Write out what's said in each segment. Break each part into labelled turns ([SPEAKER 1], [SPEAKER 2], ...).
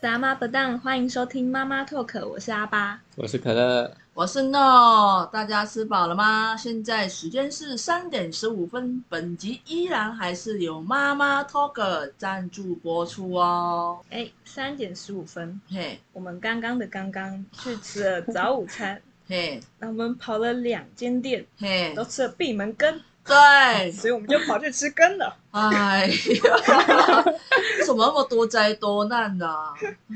[SPEAKER 1] 打妈不当，欢迎收听妈妈 talk，我是阿巴。
[SPEAKER 2] 我是可乐，
[SPEAKER 3] 我是 No，大家吃饱了吗？现在时间是三点十五分，本集依然还是由妈妈 Talk 赞助播出哦。
[SPEAKER 1] 哎，三点十五分，
[SPEAKER 3] 嘿，
[SPEAKER 1] 我们刚刚的刚刚去吃了早午餐，
[SPEAKER 3] 嘿，
[SPEAKER 1] 那我们跑了两间店，
[SPEAKER 3] 嘿
[SPEAKER 1] 都，吃了闭门羹，
[SPEAKER 3] 对，
[SPEAKER 1] 所以我们就跑去吃羹了。
[SPEAKER 3] 哎呀，为什么那么多灾多难呢、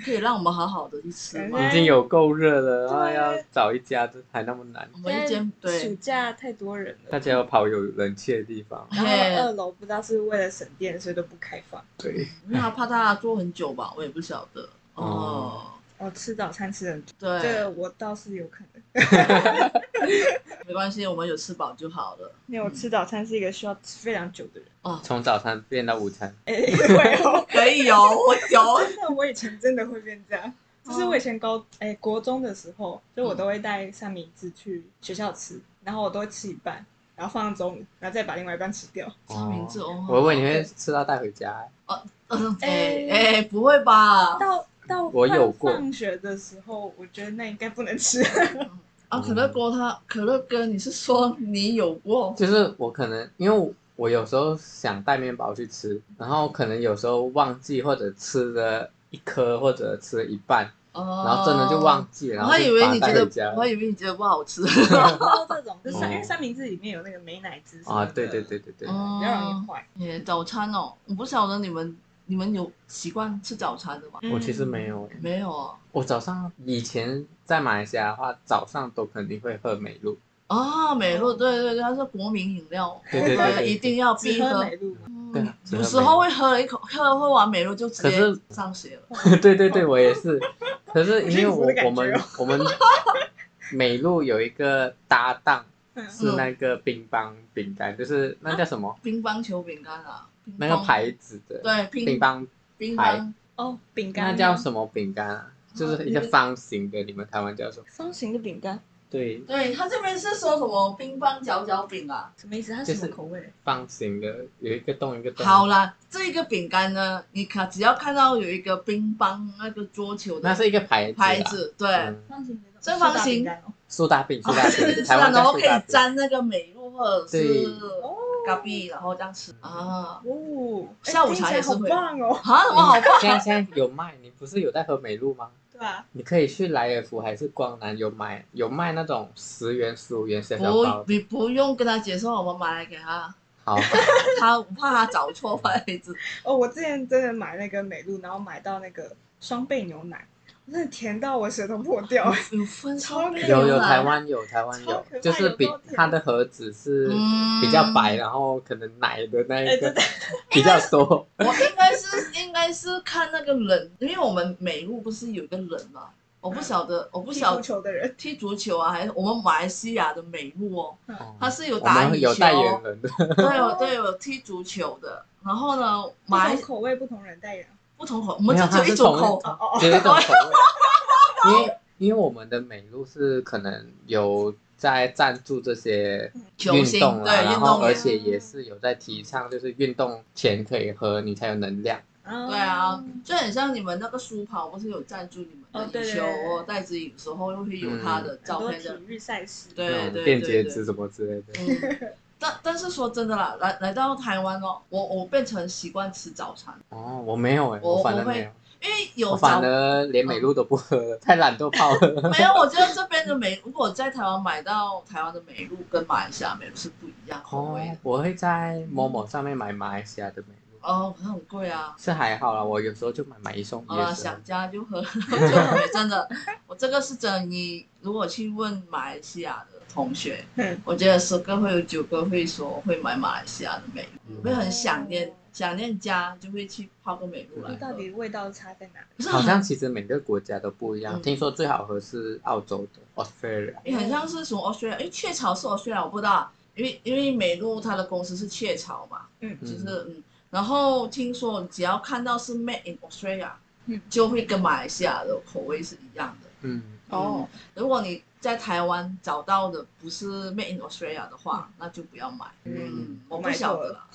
[SPEAKER 3] 可以让我们好好的去吃吗
[SPEAKER 1] 对？
[SPEAKER 2] 已经有够热了，
[SPEAKER 3] 哎
[SPEAKER 2] 然后
[SPEAKER 1] 对
[SPEAKER 2] 要找一家这还那么难
[SPEAKER 3] 我，们一间
[SPEAKER 1] 现在暑
[SPEAKER 3] 对，
[SPEAKER 1] 假太多人了，
[SPEAKER 2] 大家要跑有冷气的地方。
[SPEAKER 1] 然后二
[SPEAKER 3] 嘿，
[SPEAKER 1] 楼不知道是为了省电，所以都不开放。
[SPEAKER 2] 对，
[SPEAKER 3] 因为他怕大家坐很久吧，我也不晓得。哦
[SPEAKER 2] 哦，
[SPEAKER 1] 哦，吃早餐吃得很多，这
[SPEAKER 3] 对
[SPEAKER 1] 个，我倒是有可能，
[SPEAKER 3] 没关系，我们有吃饱就好了。
[SPEAKER 1] 因为我吃早餐是一个需要吃非常久的人。
[SPEAKER 3] 哦，
[SPEAKER 2] 从早餐变到午餐，
[SPEAKER 1] 哎， 会哦，
[SPEAKER 3] 可以有，我有。
[SPEAKER 2] 哦
[SPEAKER 1] 真的，我以前真的会变这样。就是我以前高哎、国中的时候，就我都会带三明治去学校吃，然后我都会吃一半，然后放到中午，然后再把另外一半吃掉。
[SPEAKER 3] 三明治哦，
[SPEAKER 2] 我以为你会吃到带回家，
[SPEAKER 3] 嗯哎哎，不会吧？
[SPEAKER 1] 到到
[SPEAKER 2] 我有过
[SPEAKER 1] 放学的时候，我觉得那应该不能吃。
[SPEAKER 3] 啊，可乐哥他，可乐哥，你是说你有过？
[SPEAKER 2] 就是我可能因为我我有时候想带面包去吃，然后可能有时候忘记或者吃了一颗或者吃了一半，
[SPEAKER 3] 哦，
[SPEAKER 2] 然后真的就忘。记了，
[SPEAKER 3] 我
[SPEAKER 2] 然后
[SPEAKER 3] 还以为你
[SPEAKER 2] 就把它带
[SPEAKER 3] 觉
[SPEAKER 2] 回
[SPEAKER 3] 得，
[SPEAKER 2] 家
[SPEAKER 3] 我还以为你觉得不好吃。
[SPEAKER 1] 到这种就是、
[SPEAKER 2] 哦
[SPEAKER 1] 因为三明治里面有那个美乃滋什么
[SPEAKER 2] 啊，
[SPEAKER 1] 的
[SPEAKER 2] 对对，对对 对，
[SPEAKER 3] 哦
[SPEAKER 1] 比较容易坏。
[SPEAKER 3] 易。早餐哦，我不晓得你们你们有习惯吃早餐的吗？
[SPEAKER 1] 嗯
[SPEAKER 2] 我其实没有，
[SPEAKER 3] 没有哦。
[SPEAKER 2] 我早上以前在马来西亚的话，早上都肯定会喝美露，
[SPEAKER 3] 啊，美
[SPEAKER 1] 哦
[SPEAKER 3] 露，对对对，它是国民饮料，
[SPEAKER 2] 对对对对对
[SPEAKER 3] 一定要
[SPEAKER 1] 只
[SPEAKER 3] 必
[SPEAKER 1] 喝
[SPEAKER 3] 喝
[SPEAKER 1] 美。露吗？
[SPEAKER 3] 嗯
[SPEAKER 2] 对啊只喝
[SPEAKER 3] 有
[SPEAKER 2] 美
[SPEAKER 3] 时候会喝了一口，喝喝完美露就直
[SPEAKER 2] 可
[SPEAKER 3] 接
[SPEAKER 2] 是
[SPEAKER 3] 上学了。
[SPEAKER 2] 对对对，我也是。可是因为
[SPEAKER 1] 幸
[SPEAKER 2] 我
[SPEAKER 1] 福的感觉哦
[SPEAKER 2] 我们我们美露有一个搭档
[SPEAKER 1] 嗯
[SPEAKER 2] 是那个乒乓饼干，就是那叫什么
[SPEAKER 3] 乒乓球饼干啊，乒
[SPEAKER 2] 那个
[SPEAKER 3] 乓
[SPEAKER 2] 牌子的
[SPEAKER 3] 啊对乒
[SPEAKER 2] 乒乓，
[SPEAKER 3] 乒
[SPEAKER 2] 牌
[SPEAKER 3] 乓
[SPEAKER 1] 哦，饼干
[SPEAKER 2] 那
[SPEAKER 1] 吗
[SPEAKER 2] 叫什么饼干啊？就是一个方形的，你们台湾叫什么？
[SPEAKER 1] 方形的饼干，
[SPEAKER 2] 对，
[SPEAKER 3] 对他这边是说什么乒乓角角饼啊？
[SPEAKER 1] 什么意思？它
[SPEAKER 2] 就是
[SPEAKER 1] 什么口味？
[SPEAKER 2] 方形的有一个洞一个洞。
[SPEAKER 3] 好，啦，这个饼干呢，你看只要看到有一个乒乓那个桌球
[SPEAKER 2] 那
[SPEAKER 3] 的
[SPEAKER 2] 是一个牌子啊。
[SPEAKER 3] 牌子，对，
[SPEAKER 2] 嗯，
[SPEAKER 1] 方形的
[SPEAKER 3] 正方
[SPEAKER 1] 苏打饼
[SPEAKER 3] 形
[SPEAKER 1] 干哦
[SPEAKER 2] 苏打饼，苏打
[SPEAKER 3] 就是
[SPEAKER 2] 饼，
[SPEAKER 3] 吃
[SPEAKER 2] 台
[SPEAKER 3] 了
[SPEAKER 2] 湾
[SPEAKER 3] 然
[SPEAKER 2] 叫
[SPEAKER 3] 后
[SPEAKER 2] 苏
[SPEAKER 3] 可
[SPEAKER 2] 打
[SPEAKER 3] 以
[SPEAKER 2] 饼。
[SPEAKER 3] 沾那个美露或者是
[SPEAKER 2] 对
[SPEAKER 3] 咖喱，然后这样吃啊。
[SPEAKER 1] 哦，哎
[SPEAKER 3] 下午茶也是
[SPEAKER 1] 听起来好棒哦，
[SPEAKER 3] 啊，我好棒！
[SPEAKER 2] 现在现在有卖，你不是有在喝美露吗？
[SPEAKER 1] 对啊吧？
[SPEAKER 2] 你可以去莱尔福还是光南有买有卖那种十元十五元小小包
[SPEAKER 3] 不，，你不用跟他解释，我们买来给他，
[SPEAKER 2] 好，
[SPEAKER 3] 他我怕他找错牌 子。
[SPEAKER 1] 哦，我之前真的买那个美露，然后买到那个双倍牛奶，我真的甜到我舌头破掉。
[SPEAKER 3] 有 有啊分
[SPEAKER 1] 超
[SPEAKER 3] 超
[SPEAKER 1] 可爱
[SPEAKER 2] 有有台湾有台湾
[SPEAKER 1] 超
[SPEAKER 2] 有
[SPEAKER 1] 可爱，
[SPEAKER 2] 就是比
[SPEAKER 1] 有多甜
[SPEAKER 2] 它的盒子是
[SPEAKER 3] 嗯
[SPEAKER 2] 比较白，然后可能奶的 那
[SPEAKER 1] 哎，
[SPEAKER 2] 一
[SPEAKER 1] 真
[SPEAKER 2] 个
[SPEAKER 1] 的，
[SPEAKER 2] 比较 多，
[SPEAKER 3] 我应该是应该是看那个人，因为我们美露不是有一个人嘛，我不晓得，我不
[SPEAKER 1] 踢
[SPEAKER 3] 晓
[SPEAKER 1] 足
[SPEAKER 3] 得
[SPEAKER 1] 球的人，
[SPEAKER 3] 踢足球啊，还是我们马来西亚的美露哦，他是有
[SPEAKER 2] 我
[SPEAKER 3] 打
[SPEAKER 2] 们
[SPEAKER 3] 羽
[SPEAKER 2] 有
[SPEAKER 3] 球，
[SPEAKER 2] 代言人的，
[SPEAKER 3] 对有对有踢足球的。然后呢，马
[SPEAKER 1] 不
[SPEAKER 3] 来
[SPEAKER 1] 同口味不同人代言。
[SPEAKER 3] 不同口，我们
[SPEAKER 2] 没有
[SPEAKER 3] 只
[SPEAKER 2] 它
[SPEAKER 3] 有一
[SPEAKER 2] 是
[SPEAKER 3] 种
[SPEAKER 2] 同
[SPEAKER 3] 口，
[SPEAKER 1] 哦哦，
[SPEAKER 2] 只有一种口 味，因为因为我们的美露是可能有在赞助这些
[SPEAKER 3] 球
[SPEAKER 2] 运
[SPEAKER 3] 星
[SPEAKER 2] 动啦，
[SPEAKER 3] 对
[SPEAKER 2] 然
[SPEAKER 3] 运
[SPEAKER 2] 后
[SPEAKER 3] 动
[SPEAKER 2] 而
[SPEAKER 3] 员，
[SPEAKER 2] 且也是有在提倡，就是运动前可以喝，你才有能量。
[SPEAKER 1] 哦
[SPEAKER 3] 对啊，就很像你们那个书跑不是有赞助你
[SPEAKER 1] 哦
[SPEAKER 3] 们的
[SPEAKER 1] 对
[SPEAKER 3] 羽
[SPEAKER 1] 对
[SPEAKER 3] 球
[SPEAKER 1] 对
[SPEAKER 3] 哦，带子有时候又会有他的
[SPEAKER 1] 很
[SPEAKER 3] 照
[SPEAKER 1] 多
[SPEAKER 3] 片的，
[SPEAKER 1] 体育赛事。
[SPEAKER 3] 对
[SPEAKER 2] 那
[SPEAKER 3] 对
[SPEAKER 2] 种
[SPEAKER 3] 对
[SPEAKER 2] 电
[SPEAKER 3] 对
[SPEAKER 2] 解
[SPEAKER 3] 对
[SPEAKER 2] 质什么之类的。
[SPEAKER 3] 嗯，但但是说真的啦，来来到台湾哦，我我变成习惯吃早餐，
[SPEAKER 2] 哦，我没有哎、
[SPEAKER 3] 我
[SPEAKER 2] 我反而
[SPEAKER 3] 我会
[SPEAKER 2] 没有，
[SPEAKER 3] 因为
[SPEAKER 2] 我
[SPEAKER 3] 有
[SPEAKER 2] 反
[SPEAKER 3] 早
[SPEAKER 2] 而连美露都不喝了，太懒惰泡 了。
[SPEAKER 3] 没有，我觉得这边的美，如果在台湾买到台湾的美露跟马来西亚美露是不一样口味
[SPEAKER 2] 哦
[SPEAKER 3] 的，
[SPEAKER 2] 我会在某某上面买马来西亚的美露，
[SPEAKER 3] 哦，可是很贵啊。
[SPEAKER 2] 是还好啦，我有时候就买买一送一
[SPEAKER 3] 好了，
[SPEAKER 2] 的时候
[SPEAKER 3] 哦想。家就喝，就真的，我这个是真的。你如果去问马来西亚的同学，
[SPEAKER 1] 嗯
[SPEAKER 3] 我觉得十个会有九个会说会买马来西亚的美露，会
[SPEAKER 2] 嗯
[SPEAKER 3] 很想念
[SPEAKER 1] 哦
[SPEAKER 3] 想念家，就会去泡个美露来
[SPEAKER 1] 那到
[SPEAKER 3] 喝。
[SPEAKER 1] 底味道差在哪？
[SPEAKER 3] 可是
[SPEAKER 2] 好
[SPEAKER 3] 很
[SPEAKER 2] 像其实每个国家都不一样，
[SPEAKER 3] 嗯
[SPEAKER 2] 听说最好喝是澳洲的 Australia，
[SPEAKER 3] 也很像是什么 Australia，哎，雀巢是 Australia，我不知道，因为因为美露它的公司是雀巢嘛，
[SPEAKER 1] 嗯
[SPEAKER 3] 就是嗯，然后听说只要看到是 Made in Australia，
[SPEAKER 1] 嗯
[SPEAKER 3] 就会跟马来西亚的口味是一样的。
[SPEAKER 2] 嗯，
[SPEAKER 1] 哦
[SPEAKER 3] 如果你在台湾找到的不是 Made in Australia 的话，那就不要买。
[SPEAKER 2] 嗯
[SPEAKER 3] 嗯，我不晓得啦。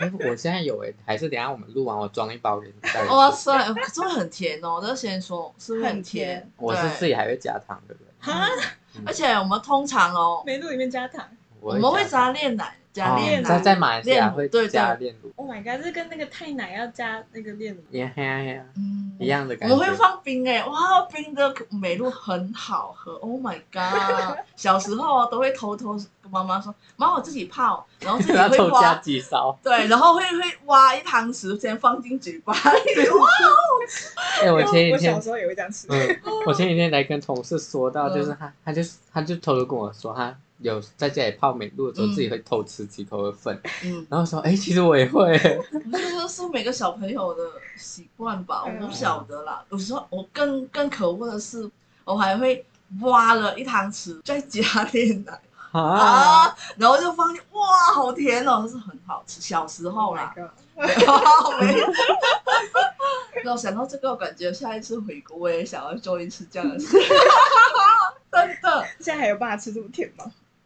[SPEAKER 2] 哎我现在有哎，还是等一下我们录完我装一包给你带回去。
[SPEAKER 3] 哇塞，哦真的很甜哦！那先说是不是
[SPEAKER 1] 很
[SPEAKER 3] 很
[SPEAKER 1] 甜
[SPEAKER 3] 甜？
[SPEAKER 2] 我是
[SPEAKER 3] 对
[SPEAKER 2] 自己还会加糖的人，
[SPEAKER 1] 哈，
[SPEAKER 2] 嗯
[SPEAKER 3] 而且我们通常哦，
[SPEAKER 1] 梅露里面加糖
[SPEAKER 2] 我
[SPEAKER 3] 我们会
[SPEAKER 2] 加
[SPEAKER 3] 加炼奶，加
[SPEAKER 2] 哦
[SPEAKER 3] 炼
[SPEAKER 2] 在
[SPEAKER 3] 奶，
[SPEAKER 2] 在马来西亚
[SPEAKER 3] 炼乳
[SPEAKER 2] 会
[SPEAKER 3] 对
[SPEAKER 2] 加
[SPEAKER 3] 对
[SPEAKER 2] 炼乳，
[SPEAKER 1] ，Oh my god，这跟那个太奶要加那个炼乳，
[SPEAKER 2] 也黑啊黑啊，
[SPEAKER 3] 嗯
[SPEAKER 2] 一样的
[SPEAKER 3] 我
[SPEAKER 2] 感觉。
[SPEAKER 3] 们会放冰哎、哇，冰的美露很好喝，Oh my god！小时候啊都会偷偷跟妈妈说，妈我自己泡，然 后 自己
[SPEAKER 2] 然后
[SPEAKER 3] 会
[SPEAKER 2] 从家
[SPEAKER 3] 挖，
[SPEAKER 2] 几勺。
[SPEAKER 3] 对，然后会会挖一汤匙先放进嘴巴里，哇，
[SPEAKER 2] 哎，我前几
[SPEAKER 1] 我
[SPEAKER 2] 天
[SPEAKER 1] 小时候也会这样吃，
[SPEAKER 2] 嗯，我前几天来跟同事说到，就是
[SPEAKER 3] 嗯
[SPEAKER 2] 他，他就他就偷偷跟我说，他有在家里泡美露的时候，
[SPEAKER 3] 嗯
[SPEAKER 2] 自己会偷吃几口的粉，
[SPEAKER 3] 嗯，
[SPEAKER 2] 然后说，哎，其实我也 会，
[SPEAKER 3] 这个是每个小朋友的习惯吧，我不晓得啦。有时候我更更可恶的是，我还会挖了一汤匙再加炼奶
[SPEAKER 2] 啊，
[SPEAKER 3] 啊，然后就放进，哇，好甜哦，是很好吃。小时候
[SPEAKER 1] Oh
[SPEAKER 3] 啦
[SPEAKER 1] my。god，
[SPEAKER 3] 没有。然后想到这个，我感觉下一次回国我也想要做一次这样的事，真的。
[SPEAKER 1] 现在还有办法吃这么甜吗？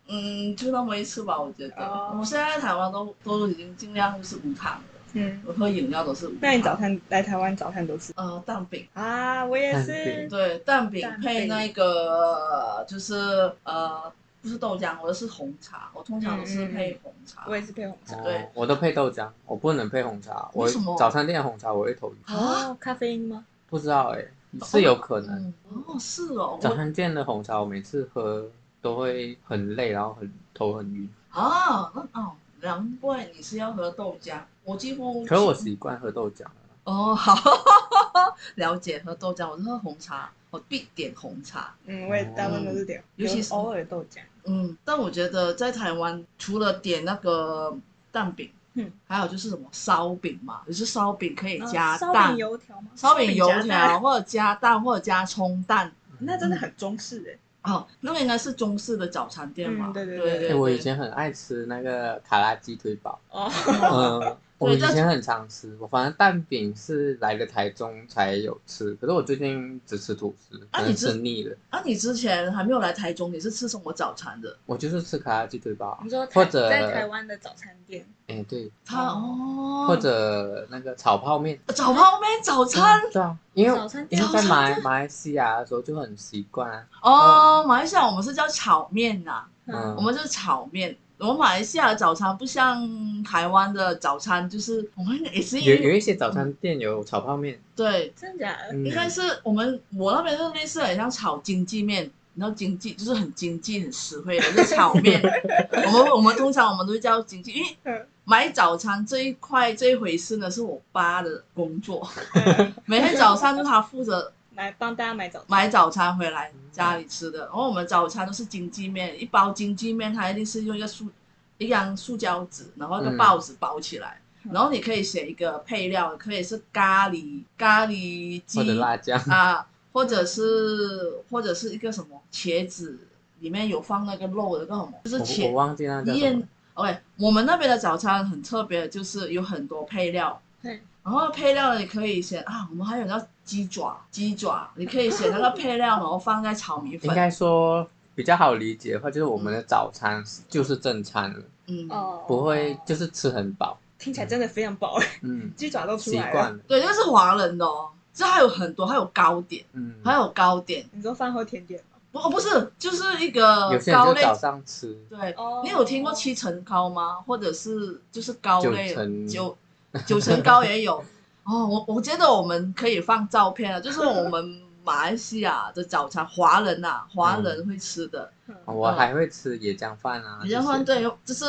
[SPEAKER 3] 嗯，就那么一次吧，我觉得。
[SPEAKER 1] 哦
[SPEAKER 3] 我现在在台湾都都已经尽量是无糖的，
[SPEAKER 1] 嗯，
[SPEAKER 3] 我喝饮料都是无糖。
[SPEAKER 1] 那你早餐来台湾早餐都吃
[SPEAKER 3] 呃蛋饼，
[SPEAKER 1] 啊？我也
[SPEAKER 2] 蛋饼
[SPEAKER 1] 是，
[SPEAKER 3] 对蛋饼
[SPEAKER 1] 蛋饼
[SPEAKER 3] 配那个呃就是呃不是豆浆，我的是红茶，我通常都是配红茶。
[SPEAKER 1] 嗯我也是配红茶。
[SPEAKER 3] 对
[SPEAKER 2] 哦我都配豆浆，我不能配红茶，我
[SPEAKER 3] 为什么
[SPEAKER 2] 早餐店的红茶我会头晕，
[SPEAKER 3] 啊，
[SPEAKER 1] 哦，咖啡因吗？
[SPEAKER 2] 不知道哎，是有可能，
[SPEAKER 3] 哦嗯，哦是哦，
[SPEAKER 2] 早
[SPEAKER 3] 我
[SPEAKER 2] 餐店的红茶我每次喝都会很累，然后很头很晕，
[SPEAKER 3] 啊那哦难怪你是要喝豆浆，我几乎
[SPEAKER 2] 可是我习惯喝豆浆了。
[SPEAKER 3] 哦， 好，了解。喝豆浆，我是喝红茶，我必点红茶。
[SPEAKER 1] 嗯，我也大部分嗯都是点，
[SPEAKER 3] 尤其是
[SPEAKER 1] 有偶尔豆浆。
[SPEAKER 3] 嗯，但我觉得在台湾，除了点那个蛋饼，
[SPEAKER 1] 嗯，
[SPEAKER 3] 还有就是什么烧饼嘛，就是烧饼可以加
[SPEAKER 1] 啊烧
[SPEAKER 3] 蛋
[SPEAKER 1] 饼，油条吗？
[SPEAKER 3] 烧饼油
[SPEAKER 1] 加蛋
[SPEAKER 3] 条，或者加蛋，或者加葱蛋。
[SPEAKER 1] 那
[SPEAKER 2] 嗯
[SPEAKER 1] 真的很中式欸
[SPEAKER 3] 哦，那个应该是中式的早餐店嘛？
[SPEAKER 1] 嗯对
[SPEAKER 3] 对
[SPEAKER 1] 对
[SPEAKER 3] 对
[SPEAKER 1] 对
[SPEAKER 2] 哎，我以前很爱吃那个卡拉鸡腿堡。
[SPEAKER 1] 哎。 哦，
[SPEAKER 2] 嗯，我以前很常吃，我反正蛋饼是来了台中才有吃，可是我最近只吃吐司，
[SPEAKER 3] 啊
[SPEAKER 2] 可能
[SPEAKER 3] 你吃
[SPEAKER 2] 吃腻了。
[SPEAKER 3] 啊，你之前还没有来台中，你是吃什么早餐的？
[SPEAKER 2] 我就是吃卡拉鸡腿堡
[SPEAKER 3] 哦
[SPEAKER 1] 你说，台
[SPEAKER 2] 或者
[SPEAKER 1] 在台湾的早餐店，
[SPEAKER 2] 哎、对，
[SPEAKER 3] 他哦，
[SPEAKER 2] 或者那个炒泡面。
[SPEAKER 3] 早泡面早餐
[SPEAKER 2] 对啊，因为
[SPEAKER 1] 早餐
[SPEAKER 2] 因
[SPEAKER 1] 店
[SPEAKER 2] 为在马来马来西亚的时候就很习惯啊，
[SPEAKER 3] 哦，马来西亚我们是叫炒面呐、
[SPEAKER 2] 嗯
[SPEAKER 1] 嗯，
[SPEAKER 3] 我们就是炒面。我们马来西亚的早餐不像台湾的早餐，就是我们也是
[SPEAKER 2] 有
[SPEAKER 3] 因
[SPEAKER 2] 有
[SPEAKER 3] 为
[SPEAKER 2] 一些早餐店有炒泡面，
[SPEAKER 3] 对，
[SPEAKER 1] 真的假的？
[SPEAKER 2] 嗯
[SPEAKER 3] 应该是我们我那边是类似很像炒经济面，然后经济就是很经济很实惠的，就是炒 面。我们我们通常我们都会叫经济，因为
[SPEAKER 1] 嗯
[SPEAKER 3] 买早餐这一块这一回事呢是我爸的工作，每天早上就是他负责
[SPEAKER 1] 来帮大家嗯 买早餐
[SPEAKER 3] 买早餐回来家里吃的，然后我们早餐都是经济面，一包经济面它一定是用一个塑一张塑胶纸，然后一个
[SPEAKER 2] 嗯
[SPEAKER 3] 报纸包起来，
[SPEAKER 1] 嗯
[SPEAKER 3] 然后你可以写一个配料，可以是咖喱咖喱鸡
[SPEAKER 2] 或者辣酱，
[SPEAKER 3] 啊，或者是或者是一个什么茄子里面有放那个肉的那个什么，就是
[SPEAKER 2] 我我
[SPEAKER 3] 茄
[SPEAKER 2] 忘记那叫什么
[SPEAKER 3] 燕。OK，我们那边的早餐很特别，就是有很多配料，
[SPEAKER 1] 对，
[SPEAKER 3] 然后配料你可以选啊，我们还有那鸡爪，鸡爪你可以选那个配料，然后放在炒米
[SPEAKER 2] 应
[SPEAKER 3] 粉。
[SPEAKER 2] 该说比较好理解的话，就是我们的早餐就是正餐了，
[SPEAKER 3] 嗯，
[SPEAKER 1] 哦，
[SPEAKER 2] 不会就是吃很饱。
[SPEAKER 1] 听起来真的非常饱哎，
[SPEAKER 2] 嗯，
[SPEAKER 1] 鸡爪
[SPEAKER 3] 哦
[SPEAKER 1] 都出
[SPEAKER 2] 习
[SPEAKER 1] 来
[SPEAKER 2] 惯
[SPEAKER 1] 了。
[SPEAKER 2] 了，
[SPEAKER 3] 对，这个是华人的哦，这还有很多，还有糕点，
[SPEAKER 2] 嗯，
[SPEAKER 3] 还有糕点，
[SPEAKER 1] 你说饭后甜点吗？
[SPEAKER 3] 不不是，就是一个
[SPEAKER 2] 有些人
[SPEAKER 3] 糕
[SPEAKER 2] 就
[SPEAKER 3] 呃类。
[SPEAKER 2] 早上吃，
[SPEAKER 3] 对，
[SPEAKER 1] 哦
[SPEAKER 3] 你有听过七层糕吗？或者是就是糕类
[SPEAKER 2] 九层
[SPEAKER 3] 九九层糕也有。哦，我我觉得我们可以放照片啊，就是我们马来西亚的早餐，华人呐、啊，华人会吃
[SPEAKER 1] 嗯
[SPEAKER 3] 的。
[SPEAKER 2] 哦我还会吃野姜饭啊，
[SPEAKER 3] 别江饭
[SPEAKER 2] 这些，
[SPEAKER 3] 对，就是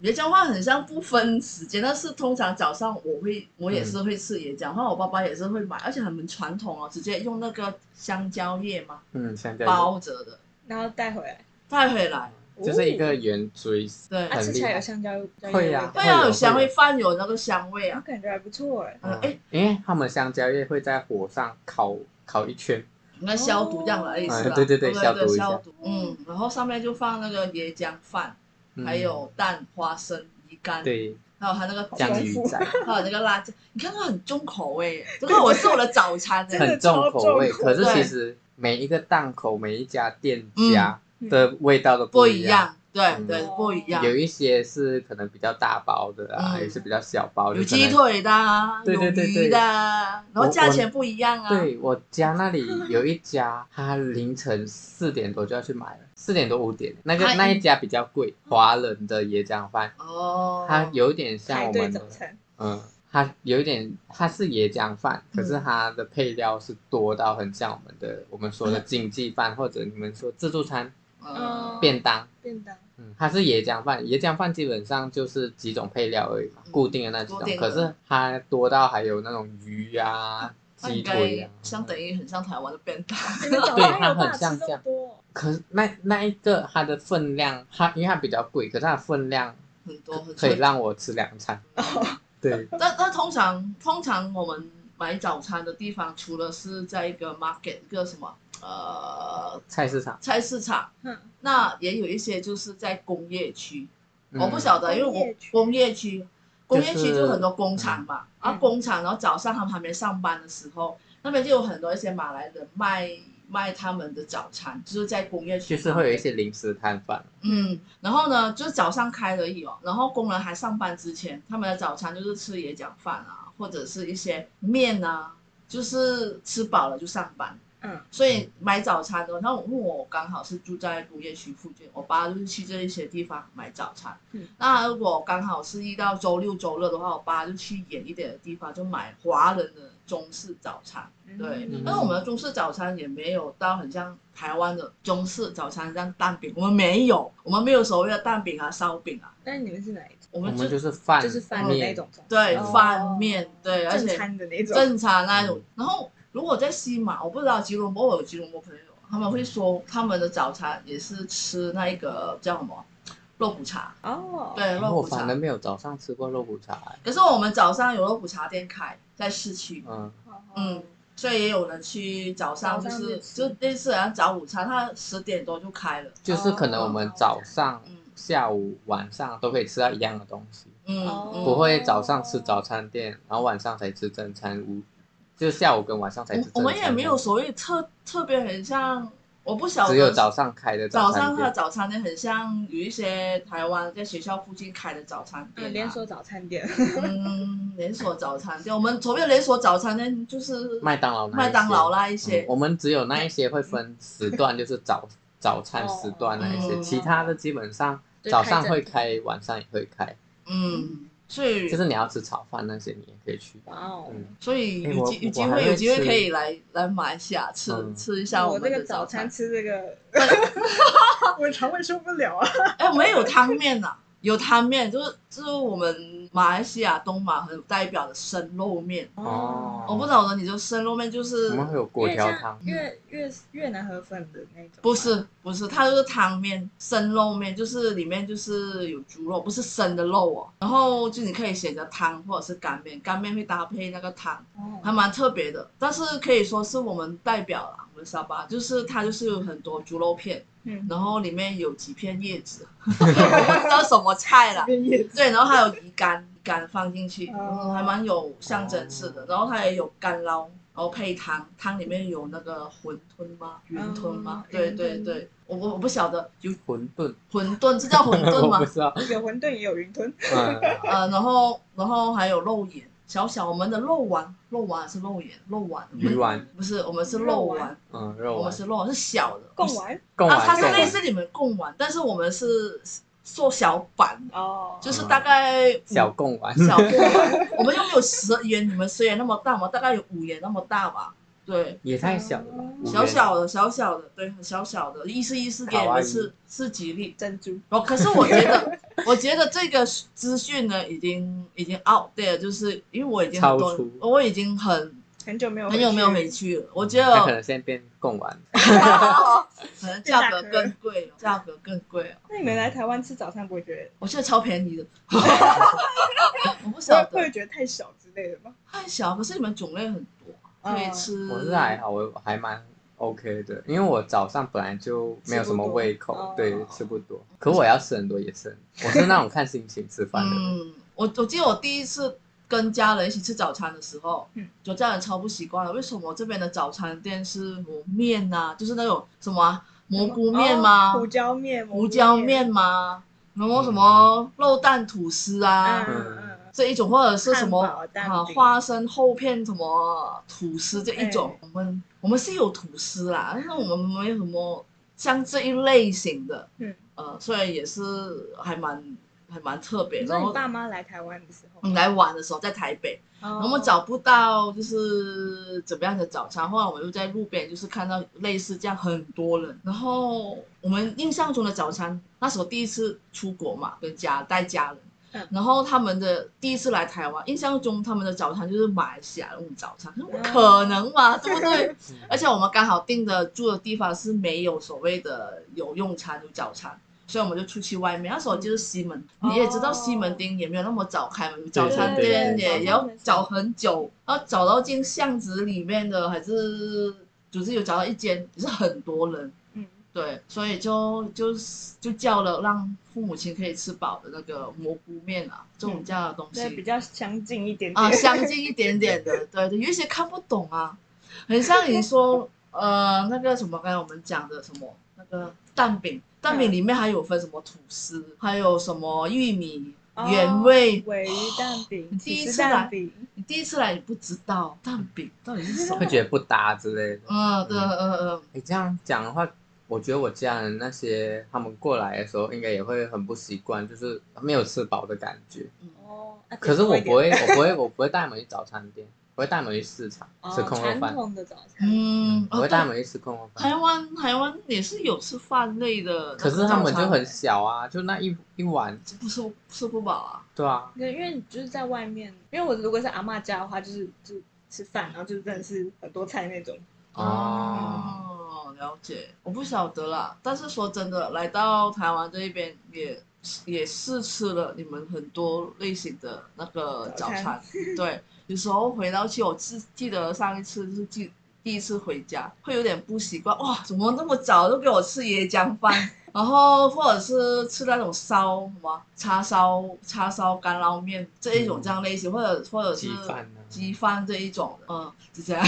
[SPEAKER 3] 别江饭很像不分时间，但是通常早上我会，我也
[SPEAKER 2] 嗯
[SPEAKER 3] 是会吃椰浆饭，我爸爸也是会买，而且很传统哦，直接用那个香蕉叶嘛
[SPEAKER 2] 嗯，香蕉
[SPEAKER 3] 包着的
[SPEAKER 1] 然后带回来，哦
[SPEAKER 3] 带回来，
[SPEAKER 2] 叶哦就是
[SPEAKER 3] 哦
[SPEAKER 2] 一个圆锥，
[SPEAKER 3] 对，
[SPEAKER 1] 啊，
[SPEAKER 2] 很
[SPEAKER 1] 吃起来
[SPEAKER 2] 厉害
[SPEAKER 1] 有香蕉香蕉
[SPEAKER 2] 会
[SPEAKER 1] 的
[SPEAKER 2] 啊
[SPEAKER 1] 味道
[SPEAKER 3] 会啊，
[SPEAKER 2] 有
[SPEAKER 3] 有香
[SPEAKER 2] 会
[SPEAKER 3] 味，
[SPEAKER 2] 有
[SPEAKER 3] 饭有那个香味
[SPEAKER 1] 我
[SPEAKER 3] 啊，
[SPEAKER 1] 感觉还不错哎。
[SPEAKER 3] 嗯，哎
[SPEAKER 2] 嗯，，因为他们香蕉叶会在火上烤烤一圈，
[SPEAKER 3] 应该消毒这样的意思吧？
[SPEAKER 2] 哎对对对
[SPEAKER 3] 对
[SPEAKER 2] 消毒一下
[SPEAKER 3] 消毒，哦嗯，然后上面就放那个椰浆饭，
[SPEAKER 2] 嗯
[SPEAKER 3] 还有蛋、花生、鱼干，
[SPEAKER 2] 对
[SPEAKER 3] 还有它那个
[SPEAKER 1] 香
[SPEAKER 2] 酱
[SPEAKER 1] 丰
[SPEAKER 2] 鱼
[SPEAKER 1] 富
[SPEAKER 2] 仔，
[SPEAKER 3] 还有那个辣椒，你看它很重口味，这个我是我的早餐哎
[SPEAKER 1] 真的
[SPEAKER 2] 很重
[SPEAKER 1] 超
[SPEAKER 2] 口味，
[SPEAKER 1] 重口
[SPEAKER 2] 可是
[SPEAKER 3] 味
[SPEAKER 2] 其实每一个档口、每一家店
[SPEAKER 3] 嗯
[SPEAKER 2] 家的味道都
[SPEAKER 3] 不
[SPEAKER 2] 一
[SPEAKER 3] 一
[SPEAKER 2] 样。
[SPEAKER 3] 样，对
[SPEAKER 2] 嗯
[SPEAKER 3] 对，不一样。
[SPEAKER 2] 有一些是可能比较大包的啊，
[SPEAKER 3] 嗯
[SPEAKER 2] 有一些比较小包的。
[SPEAKER 3] 有
[SPEAKER 2] 可
[SPEAKER 3] 鸡
[SPEAKER 2] 能
[SPEAKER 3] 腿的啊，
[SPEAKER 2] 对
[SPEAKER 3] 有
[SPEAKER 2] 对对
[SPEAKER 3] 鱼
[SPEAKER 2] 对
[SPEAKER 3] 的啊，然后
[SPEAKER 2] 我
[SPEAKER 3] 价
[SPEAKER 2] 我
[SPEAKER 3] 钱不一样啊。
[SPEAKER 2] 对我家那里有一家，他凌晨四点多就要去买了，四点多五点，那个
[SPEAKER 3] 哎
[SPEAKER 2] 那一家比较贵，华人的椰浆饭，
[SPEAKER 3] 哦，
[SPEAKER 2] 它有点像
[SPEAKER 1] 排
[SPEAKER 2] 我
[SPEAKER 1] 队
[SPEAKER 2] 们的
[SPEAKER 1] 早，餐，
[SPEAKER 2] 嗯，它有点它是椰浆饭，可
[SPEAKER 3] 嗯
[SPEAKER 2] 是它的配料是多到很像我们的我们说的经济饭，或者你们说自助餐
[SPEAKER 1] 哦
[SPEAKER 3] 嗯
[SPEAKER 2] 便当。
[SPEAKER 1] 便当，
[SPEAKER 2] 嗯，它是椰浆饭，椰浆饭基本上就是几种配料而已嘛，
[SPEAKER 3] 嗯
[SPEAKER 2] 固定的那几种
[SPEAKER 3] 固。定的
[SPEAKER 2] 可是它多到还有那种鱼啊、
[SPEAKER 3] 那应
[SPEAKER 2] 鸡腿
[SPEAKER 3] 该
[SPEAKER 2] 啊，
[SPEAKER 3] 相等于很像台湾的便当。
[SPEAKER 1] 你们早
[SPEAKER 2] 对
[SPEAKER 1] 餐
[SPEAKER 2] 它
[SPEAKER 1] 有
[SPEAKER 2] 很
[SPEAKER 1] 办法
[SPEAKER 2] 像
[SPEAKER 1] 吃这
[SPEAKER 2] 这
[SPEAKER 1] 么
[SPEAKER 2] 样
[SPEAKER 1] 多哦？
[SPEAKER 2] 可是那那一个它的分量，它因为它比较贵，可是它的分量
[SPEAKER 3] 很多很
[SPEAKER 2] 可以
[SPEAKER 3] 脆。
[SPEAKER 2] 让我吃两餐。
[SPEAKER 3] 哦
[SPEAKER 2] 对，
[SPEAKER 3] 但但通常通常我们买早餐的地方，除了是在一个 market 一个什么呃
[SPEAKER 2] 菜市场，
[SPEAKER 3] 菜市场，
[SPEAKER 1] 嗯，
[SPEAKER 3] 那也有一些就是在工业区。
[SPEAKER 2] 嗯
[SPEAKER 3] 我不晓得，因为
[SPEAKER 1] 工
[SPEAKER 3] 我
[SPEAKER 1] 业区
[SPEAKER 3] 工业区，工业区
[SPEAKER 2] 就是
[SPEAKER 3] 就很多工厂嘛，
[SPEAKER 1] 嗯
[SPEAKER 3] 啊工厂，然后早上他们还没上班的时候，那边就有很多一些马来人卖卖他们的早餐，就是在工业区，
[SPEAKER 2] 就是会有一些零食摊贩。
[SPEAKER 3] 嗯，然后呢，就是早上开而已哦，然后工人还上班之前，他们的早餐就是吃椰浆饭啊，或者是一些面啊，就是吃饱了就上班。
[SPEAKER 1] 嗯，
[SPEAKER 3] 所以买早餐的，那我因为我刚好是住在工业区附近，我爸就是去这一些地方买早餐。
[SPEAKER 1] 嗯，
[SPEAKER 3] 那如果刚好是遇到周六周日的话，我爸就去远一点的地方就买华人的中式早餐。对，
[SPEAKER 1] 嗯
[SPEAKER 3] 但是我们的中式早餐也没有到很像台湾的中式早餐这样蛋饼，我们没有，我们没有所谓的蛋饼啊、烧饼啊，
[SPEAKER 1] 但是你们是哪一种？
[SPEAKER 3] 我
[SPEAKER 2] 我
[SPEAKER 3] 们就
[SPEAKER 2] 们就是饭，
[SPEAKER 1] 就是饭的那
[SPEAKER 2] 面
[SPEAKER 1] 种中
[SPEAKER 3] 对
[SPEAKER 2] 哦
[SPEAKER 3] 饭面对，而
[SPEAKER 1] 正
[SPEAKER 3] 且
[SPEAKER 1] 餐的那种，
[SPEAKER 3] 正常那
[SPEAKER 2] 嗯
[SPEAKER 3] 种。然后如果在西马，我不知道吉隆坡有吉隆坡朋友，他们会说他们的早餐也是吃那一个叫什么肉骨茶，
[SPEAKER 1] 哦，
[SPEAKER 3] 对，
[SPEAKER 2] 然后
[SPEAKER 3] 肉
[SPEAKER 2] 我
[SPEAKER 3] 骨茶
[SPEAKER 2] 反而。没有早上吃过肉骨茶、欸
[SPEAKER 3] 可是我们早上有肉骨茶店开在市区，
[SPEAKER 2] 嗯，
[SPEAKER 1] 哦，
[SPEAKER 3] 嗯所以也有人去早上就
[SPEAKER 1] 早上
[SPEAKER 3] 是
[SPEAKER 1] 去吃
[SPEAKER 3] 就类似好像早午餐，他十点多就开了。
[SPEAKER 2] 就是可能我们早上、
[SPEAKER 3] 嗯
[SPEAKER 2] 下午、晚上都可以吃到一样的东西，
[SPEAKER 3] 嗯，
[SPEAKER 1] 哦
[SPEAKER 3] 嗯
[SPEAKER 2] 不会早上吃早餐店，然后晚上才吃正餐屋，就下午跟晚上
[SPEAKER 1] 嗯
[SPEAKER 2] 才吃正餐
[SPEAKER 3] 我我们也没有所谓特特别很像，我不晓得
[SPEAKER 2] 只有早上开的
[SPEAKER 3] 早
[SPEAKER 2] 餐
[SPEAKER 3] 上的
[SPEAKER 2] 店。
[SPEAKER 3] 早餐店很像有一些台湾在学校附近开的早餐店、啊，
[SPEAKER 1] 嗯，连锁早餐 店，
[SPEAKER 3] 嗯连锁早餐店，我们所谓的连锁早餐店就是
[SPEAKER 2] 麦当劳那一些
[SPEAKER 3] 麦当劳那一
[SPEAKER 2] 嗯
[SPEAKER 3] 些，
[SPEAKER 2] 我们只有那一些会分时段，就是 早早餐时段那一些，
[SPEAKER 3] 嗯
[SPEAKER 2] 其他的基本上
[SPEAKER 1] 就
[SPEAKER 2] 早
[SPEAKER 1] 开
[SPEAKER 2] 上
[SPEAKER 1] 正
[SPEAKER 2] 会
[SPEAKER 1] 餐
[SPEAKER 2] 开，晚上也会开。
[SPEAKER 3] 嗯，所以
[SPEAKER 2] 就是你要吃炒饭那些，你也可以去。
[SPEAKER 1] 哇哦，
[SPEAKER 2] 嗯，
[SPEAKER 3] 所以
[SPEAKER 2] 哎
[SPEAKER 3] 有
[SPEAKER 2] 我
[SPEAKER 3] 机有
[SPEAKER 2] 我
[SPEAKER 3] 机
[SPEAKER 2] 还
[SPEAKER 3] 会
[SPEAKER 2] 会
[SPEAKER 3] 有机会
[SPEAKER 2] 吃
[SPEAKER 3] 可以来来马来西亚吃、
[SPEAKER 2] 嗯
[SPEAKER 3] 吃一下
[SPEAKER 1] 我
[SPEAKER 3] 们
[SPEAKER 1] 这
[SPEAKER 3] 的
[SPEAKER 1] 个早
[SPEAKER 3] 餐
[SPEAKER 1] 餐。吃这个， 我肠胃受不了啊。
[SPEAKER 3] 哎，我们有汤面呐、有汤面，就是就是我们马来西亚东马很有代表的生肉面。
[SPEAKER 2] 哦
[SPEAKER 3] 我不懂得你就生肉面就是
[SPEAKER 2] 我们会有
[SPEAKER 1] 因
[SPEAKER 2] 果
[SPEAKER 1] 为
[SPEAKER 2] 条
[SPEAKER 1] 像
[SPEAKER 2] 汤，
[SPEAKER 1] 越越越南河粉的那种吗，
[SPEAKER 3] 不是不是，它就是汤面，生肉面，就是里面就是有猪肉，不是生的肉哦。然后就你可以选择汤或者是干面，干面会搭配那个汤，
[SPEAKER 1] 哦，
[SPEAKER 3] 还蛮特别的。但是可以说是我们代表啦，我们沙巴就是它就是有很多猪肉片，
[SPEAKER 1] 嗯，
[SPEAKER 3] 然后里面有几片叶子， 我不知道什么菜啦。
[SPEAKER 1] 变叶子，
[SPEAKER 3] 对，然后还有鱼干，鱼干放进去，
[SPEAKER 1] 哦
[SPEAKER 3] 嗯，还蛮有象征式的。然后它也有干捞，然后配汤，汤里面有那个馄饨吗？云吞
[SPEAKER 1] 哦
[SPEAKER 3] 吗？对
[SPEAKER 1] 云
[SPEAKER 3] 对
[SPEAKER 1] 吞
[SPEAKER 3] 对，我我我不晓得有
[SPEAKER 2] 馄饨，
[SPEAKER 3] 馄饨，这叫馄饨
[SPEAKER 2] 我不
[SPEAKER 3] 吗？
[SPEAKER 2] 知道。
[SPEAKER 1] 有馄饨也有云吞，
[SPEAKER 2] 嗯，
[SPEAKER 3] 呃，然后然后还有肉眼，小小我们的肉丸，肉丸还是肉眼，肉丸
[SPEAKER 2] 鱼丸，
[SPEAKER 3] 不是，我们是肉
[SPEAKER 1] 肉丸
[SPEAKER 3] 丸，
[SPEAKER 2] 嗯，肉
[SPEAKER 3] 我们
[SPEAKER 2] 丸，
[SPEAKER 3] 是肉丸是小的，
[SPEAKER 1] 贡丸
[SPEAKER 2] 贡
[SPEAKER 3] 啊，
[SPEAKER 2] 丸，
[SPEAKER 3] 它是
[SPEAKER 2] 贡
[SPEAKER 3] 类
[SPEAKER 2] 丸
[SPEAKER 3] 似你们贡丸，但是我们是缩小版的，
[SPEAKER 1] 哦，
[SPEAKER 3] 就是大概五
[SPEAKER 2] 嗯小贡丸，
[SPEAKER 3] 小贡丸，我们又没有十元，你们十元那么大吗？我们大概有五元那么大吧。对，
[SPEAKER 2] 也太小了吧，五
[SPEAKER 3] 小
[SPEAKER 2] 元
[SPEAKER 3] 小的，小小的，对，很小小的，意思意思给你
[SPEAKER 2] 卡哇
[SPEAKER 3] 们
[SPEAKER 2] 伊
[SPEAKER 3] 吃吃吉利。
[SPEAKER 1] 珍珠，
[SPEAKER 3] 哦，可是我觉 得，我觉得这个资讯呢，已经已经 out there，就是因为我已经很
[SPEAKER 2] 超
[SPEAKER 3] 多
[SPEAKER 2] 出，
[SPEAKER 3] 我已经很
[SPEAKER 1] 很久没有
[SPEAKER 3] 很久没有回
[SPEAKER 1] 去，
[SPEAKER 3] 去了。我觉
[SPEAKER 2] 那可
[SPEAKER 3] 得
[SPEAKER 2] 能现在变贡丸，
[SPEAKER 3] 可能价格更贵，哦价格更贵哦。
[SPEAKER 1] 那你们来台湾吃早餐不会觉得
[SPEAKER 3] 我觉得超 便宜的，我不晓
[SPEAKER 1] 会会
[SPEAKER 3] 得
[SPEAKER 1] 觉得太小之类的吗？
[SPEAKER 3] 太小，可是你们种类很多，啊可以
[SPEAKER 1] 嗯
[SPEAKER 3] 吃。
[SPEAKER 2] 我是还好，我还蛮 OK 的，因为我早上本来就没有什么胃
[SPEAKER 1] 吃不
[SPEAKER 2] 口，
[SPEAKER 1] 多
[SPEAKER 2] 对
[SPEAKER 1] 哦，
[SPEAKER 2] 吃不多。
[SPEAKER 3] 嗯
[SPEAKER 2] 可我要吃很多也是，我是那种看心情吃饭的人。
[SPEAKER 3] 嗯，我我记得我第一次跟家人一起吃早餐的时候，
[SPEAKER 1] 嗯，
[SPEAKER 3] 就家人超不习惯了。为什么这边的早餐店是磨面呐、就是那种什么啊、蘑菇面吗？
[SPEAKER 1] 哦胡椒面，
[SPEAKER 3] 胡椒面
[SPEAKER 1] 蘑
[SPEAKER 3] 吗？然后什么肉蛋吐司
[SPEAKER 1] 菇
[SPEAKER 3] 啊
[SPEAKER 1] 面，，嗯嗯嗯，
[SPEAKER 3] 这一种，或者是什么
[SPEAKER 1] 汉堡蛋
[SPEAKER 3] 啊
[SPEAKER 1] 饼
[SPEAKER 3] 花生厚片什么吐司这一种
[SPEAKER 1] 哎，
[SPEAKER 3] 我们我们是有吐司啦，但是我们没有什么像这一类型的，
[SPEAKER 1] 嗯，
[SPEAKER 3] 呃，所以也是还蛮还蛮特别。
[SPEAKER 2] 嗯
[SPEAKER 1] 你
[SPEAKER 3] 然
[SPEAKER 1] 说嗯
[SPEAKER 3] 后
[SPEAKER 1] 你爸妈来台湾的时候，
[SPEAKER 3] 嗯
[SPEAKER 2] 哦
[SPEAKER 3] 来玩的时候在台北，
[SPEAKER 1] 哦，
[SPEAKER 3] 我们找不到就是怎么样的早餐，后来我们又在路边就是看到类似这样很多人，然后我们印象中的早餐，那时候第一次出国嘛，跟家带家人。
[SPEAKER 1] 嗯
[SPEAKER 3] 然后他们的第一次来台湾，印象中他们的早餐就是马来西亚那种早餐，可是不可能嘛，对不对？
[SPEAKER 2] 嗯
[SPEAKER 3] 而且我们刚好订的住的地方是没有所谓的有用餐有早餐，所以我们就出去外面。那时候就是西门，
[SPEAKER 1] 哦
[SPEAKER 3] 你也知道西门町也没有那么早开门，早餐
[SPEAKER 2] 对
[SPEAKER 3] 店
[SPEAKER 2] 对
[SPEAKER 3] 也
[SPEAKER 2] 对
[SPEAKER 3] 也要找很久，然后找到进巷子里面的，还是就是有找到一间，也是很多人。
[SPEAKER 1] 嗯，
[SPEAKER 3] 对，所以就就是就叫了让父母亲可以吃饱的那个蘑菇面啊，这种这样的东西、
[SPEAKER 1] 对，比较相近一 点点
[SPEAKER 3] 啊，相近一点点的，对对，有一些看不懂啊，很像你说呃那个什么，刚才我们讲的什么那个蛋饼，蛋饼里面还有分什么吐司，还有什么玉米
[SPEAKER 1] 哦
[SPEAKER 3] 原味。哦
[SPEAKER 1] 尾鱼蛋饼、
[SPEAKER 3] 第一
[SPEAKER 1] 起司
[SPEAKER 3] 次来
[SPEAKER 1] 蛋饼，
[SPEAKER 3] 你第一次来你不知道蛋饼到底是什么
[SPEAKER 2] 会，觉得不搭之类的。
[SPEAKER 3] 嗯，对，嗯嗯
[SPEAKER 2] 你这样讲的话，我觉得我家人那些他们过来的时候，应该也会很不习惯，就是没有吃饱的感觉。
[SPEAKER 3] 嗯嗯，
[SPEAKER 1] 哦，那
[SPEAKER 2] 啊可是我
[SPEAKER 1] 点
[SPEAKER 2] 不会，我不会，我不会带他们去早餐店，我会带他们去市场
[SPEAKER 1] 哦
[SPEAKER 2] 吃空肉
[SPEAKER 1] 传
[SPEAKER 2] 饭。
[SPEAKER 1] 统的早餐，
[SPEAKER 3] 嗯，
[SPEAKER 2] 我
[SPEAKER 3] 哦
[SPEAKER 2] 会带他
[SPEAKER 3] 对，
[SPEAKER 2] 们去吃空肉饭
[SPEAKER 3] 台。湾台湾也是有吃饭类的，
[SPEAKER 2] 可是他们就很小啊，就那一一碗，
[SPEAKER 3] 不吃吃不饱啊。
[SPEAKER 2] 对啊，
[SPEAKER 1] 对，因为你就是在外面，因为我如果是阿嬷家的话，就是就吃饭，然后就真的是很多菜那种。
[SPEAKER 3] 哦，了解，我不晓得啦。但是说真的，来到台湾这一边也也试吃了你们很多类型的那个早
[SPEAKER 1] 早餐
[SPEAKER 3] 餐， 对，有时候回到去，我记记得上一次就是记。第一次回家会有点不习惯，哇，怎么那么早就给我吃椰浆饭，然后或者是吃那种烧什么叉烧、叉烧干捞面这一种这样类型，或者或者是
[SPEAKER 2] 鸡饭啊
[SPEAKER 3] 鸡饭这一种的，嗯，就这样。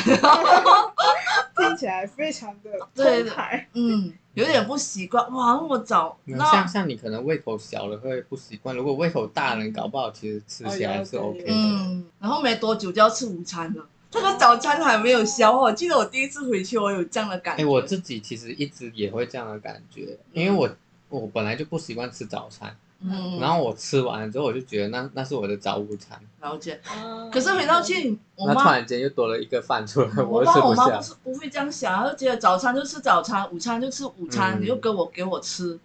[SPEAKER 1] 听起来非常的
[SPEAKER 3] 对
[SPEAKER 1] 澎湃。
[SPEAKER 3] 嗯，有点不习惯，哇，那么早，
[SPEAKER 2] 没有
[SPEAKER 3] 那
[SPEAKER 2] 像像你可能胃口小了会不习惯，如果胃口大了，搞不好其实吃起来是
[SPEAKER 1] 哦
[SPEAKER 2] OK
[SPEAKER 1] 有有
[SPEAKER 2] 的。
[SPEAKER 3] 嗯，然后没多久就要吃午餐了，这个早餐还没有消化。我记得我第一次回去，我有这样的感
[SPEAKER 2] 哎、
[SPEAKER 3] 觉。
[SPEAKER 2] 我自己其实一直也会这样的感觉，因为我我本来就不习惯吃早餐，
[SPEAKER 3] 嗯，
[SPEAKER 2] 然后我吃完了之后我就觉得那那是我的早午餐，
[SPEAKER 3] 了解。
[SPEAKER 1] 哦
[SPEAKER 3] 可是回到，去，我
[SPEAKER 2] 那突
[SPEAKER 3] 妈，
[SPEAKER 2] 然间又多了一个饭出来，
[SPEAKER 3] 我
[SPEAKER 2] 又
[SPEAKER 3] 爸
[SPEAKER 2] 吃
[SPEAKER 3] 我
[SPEAKER 2] 不
[SPEAKER 3] 妈
[SPEAKER 2] 下
[SPEAKER 3] 不。是不会这样想，她就觉得早餐就吃早餐，午餐就吃午餐，
[SPEAKER 2] 嗯
[SPEAKER 3] 你又给我给我吃，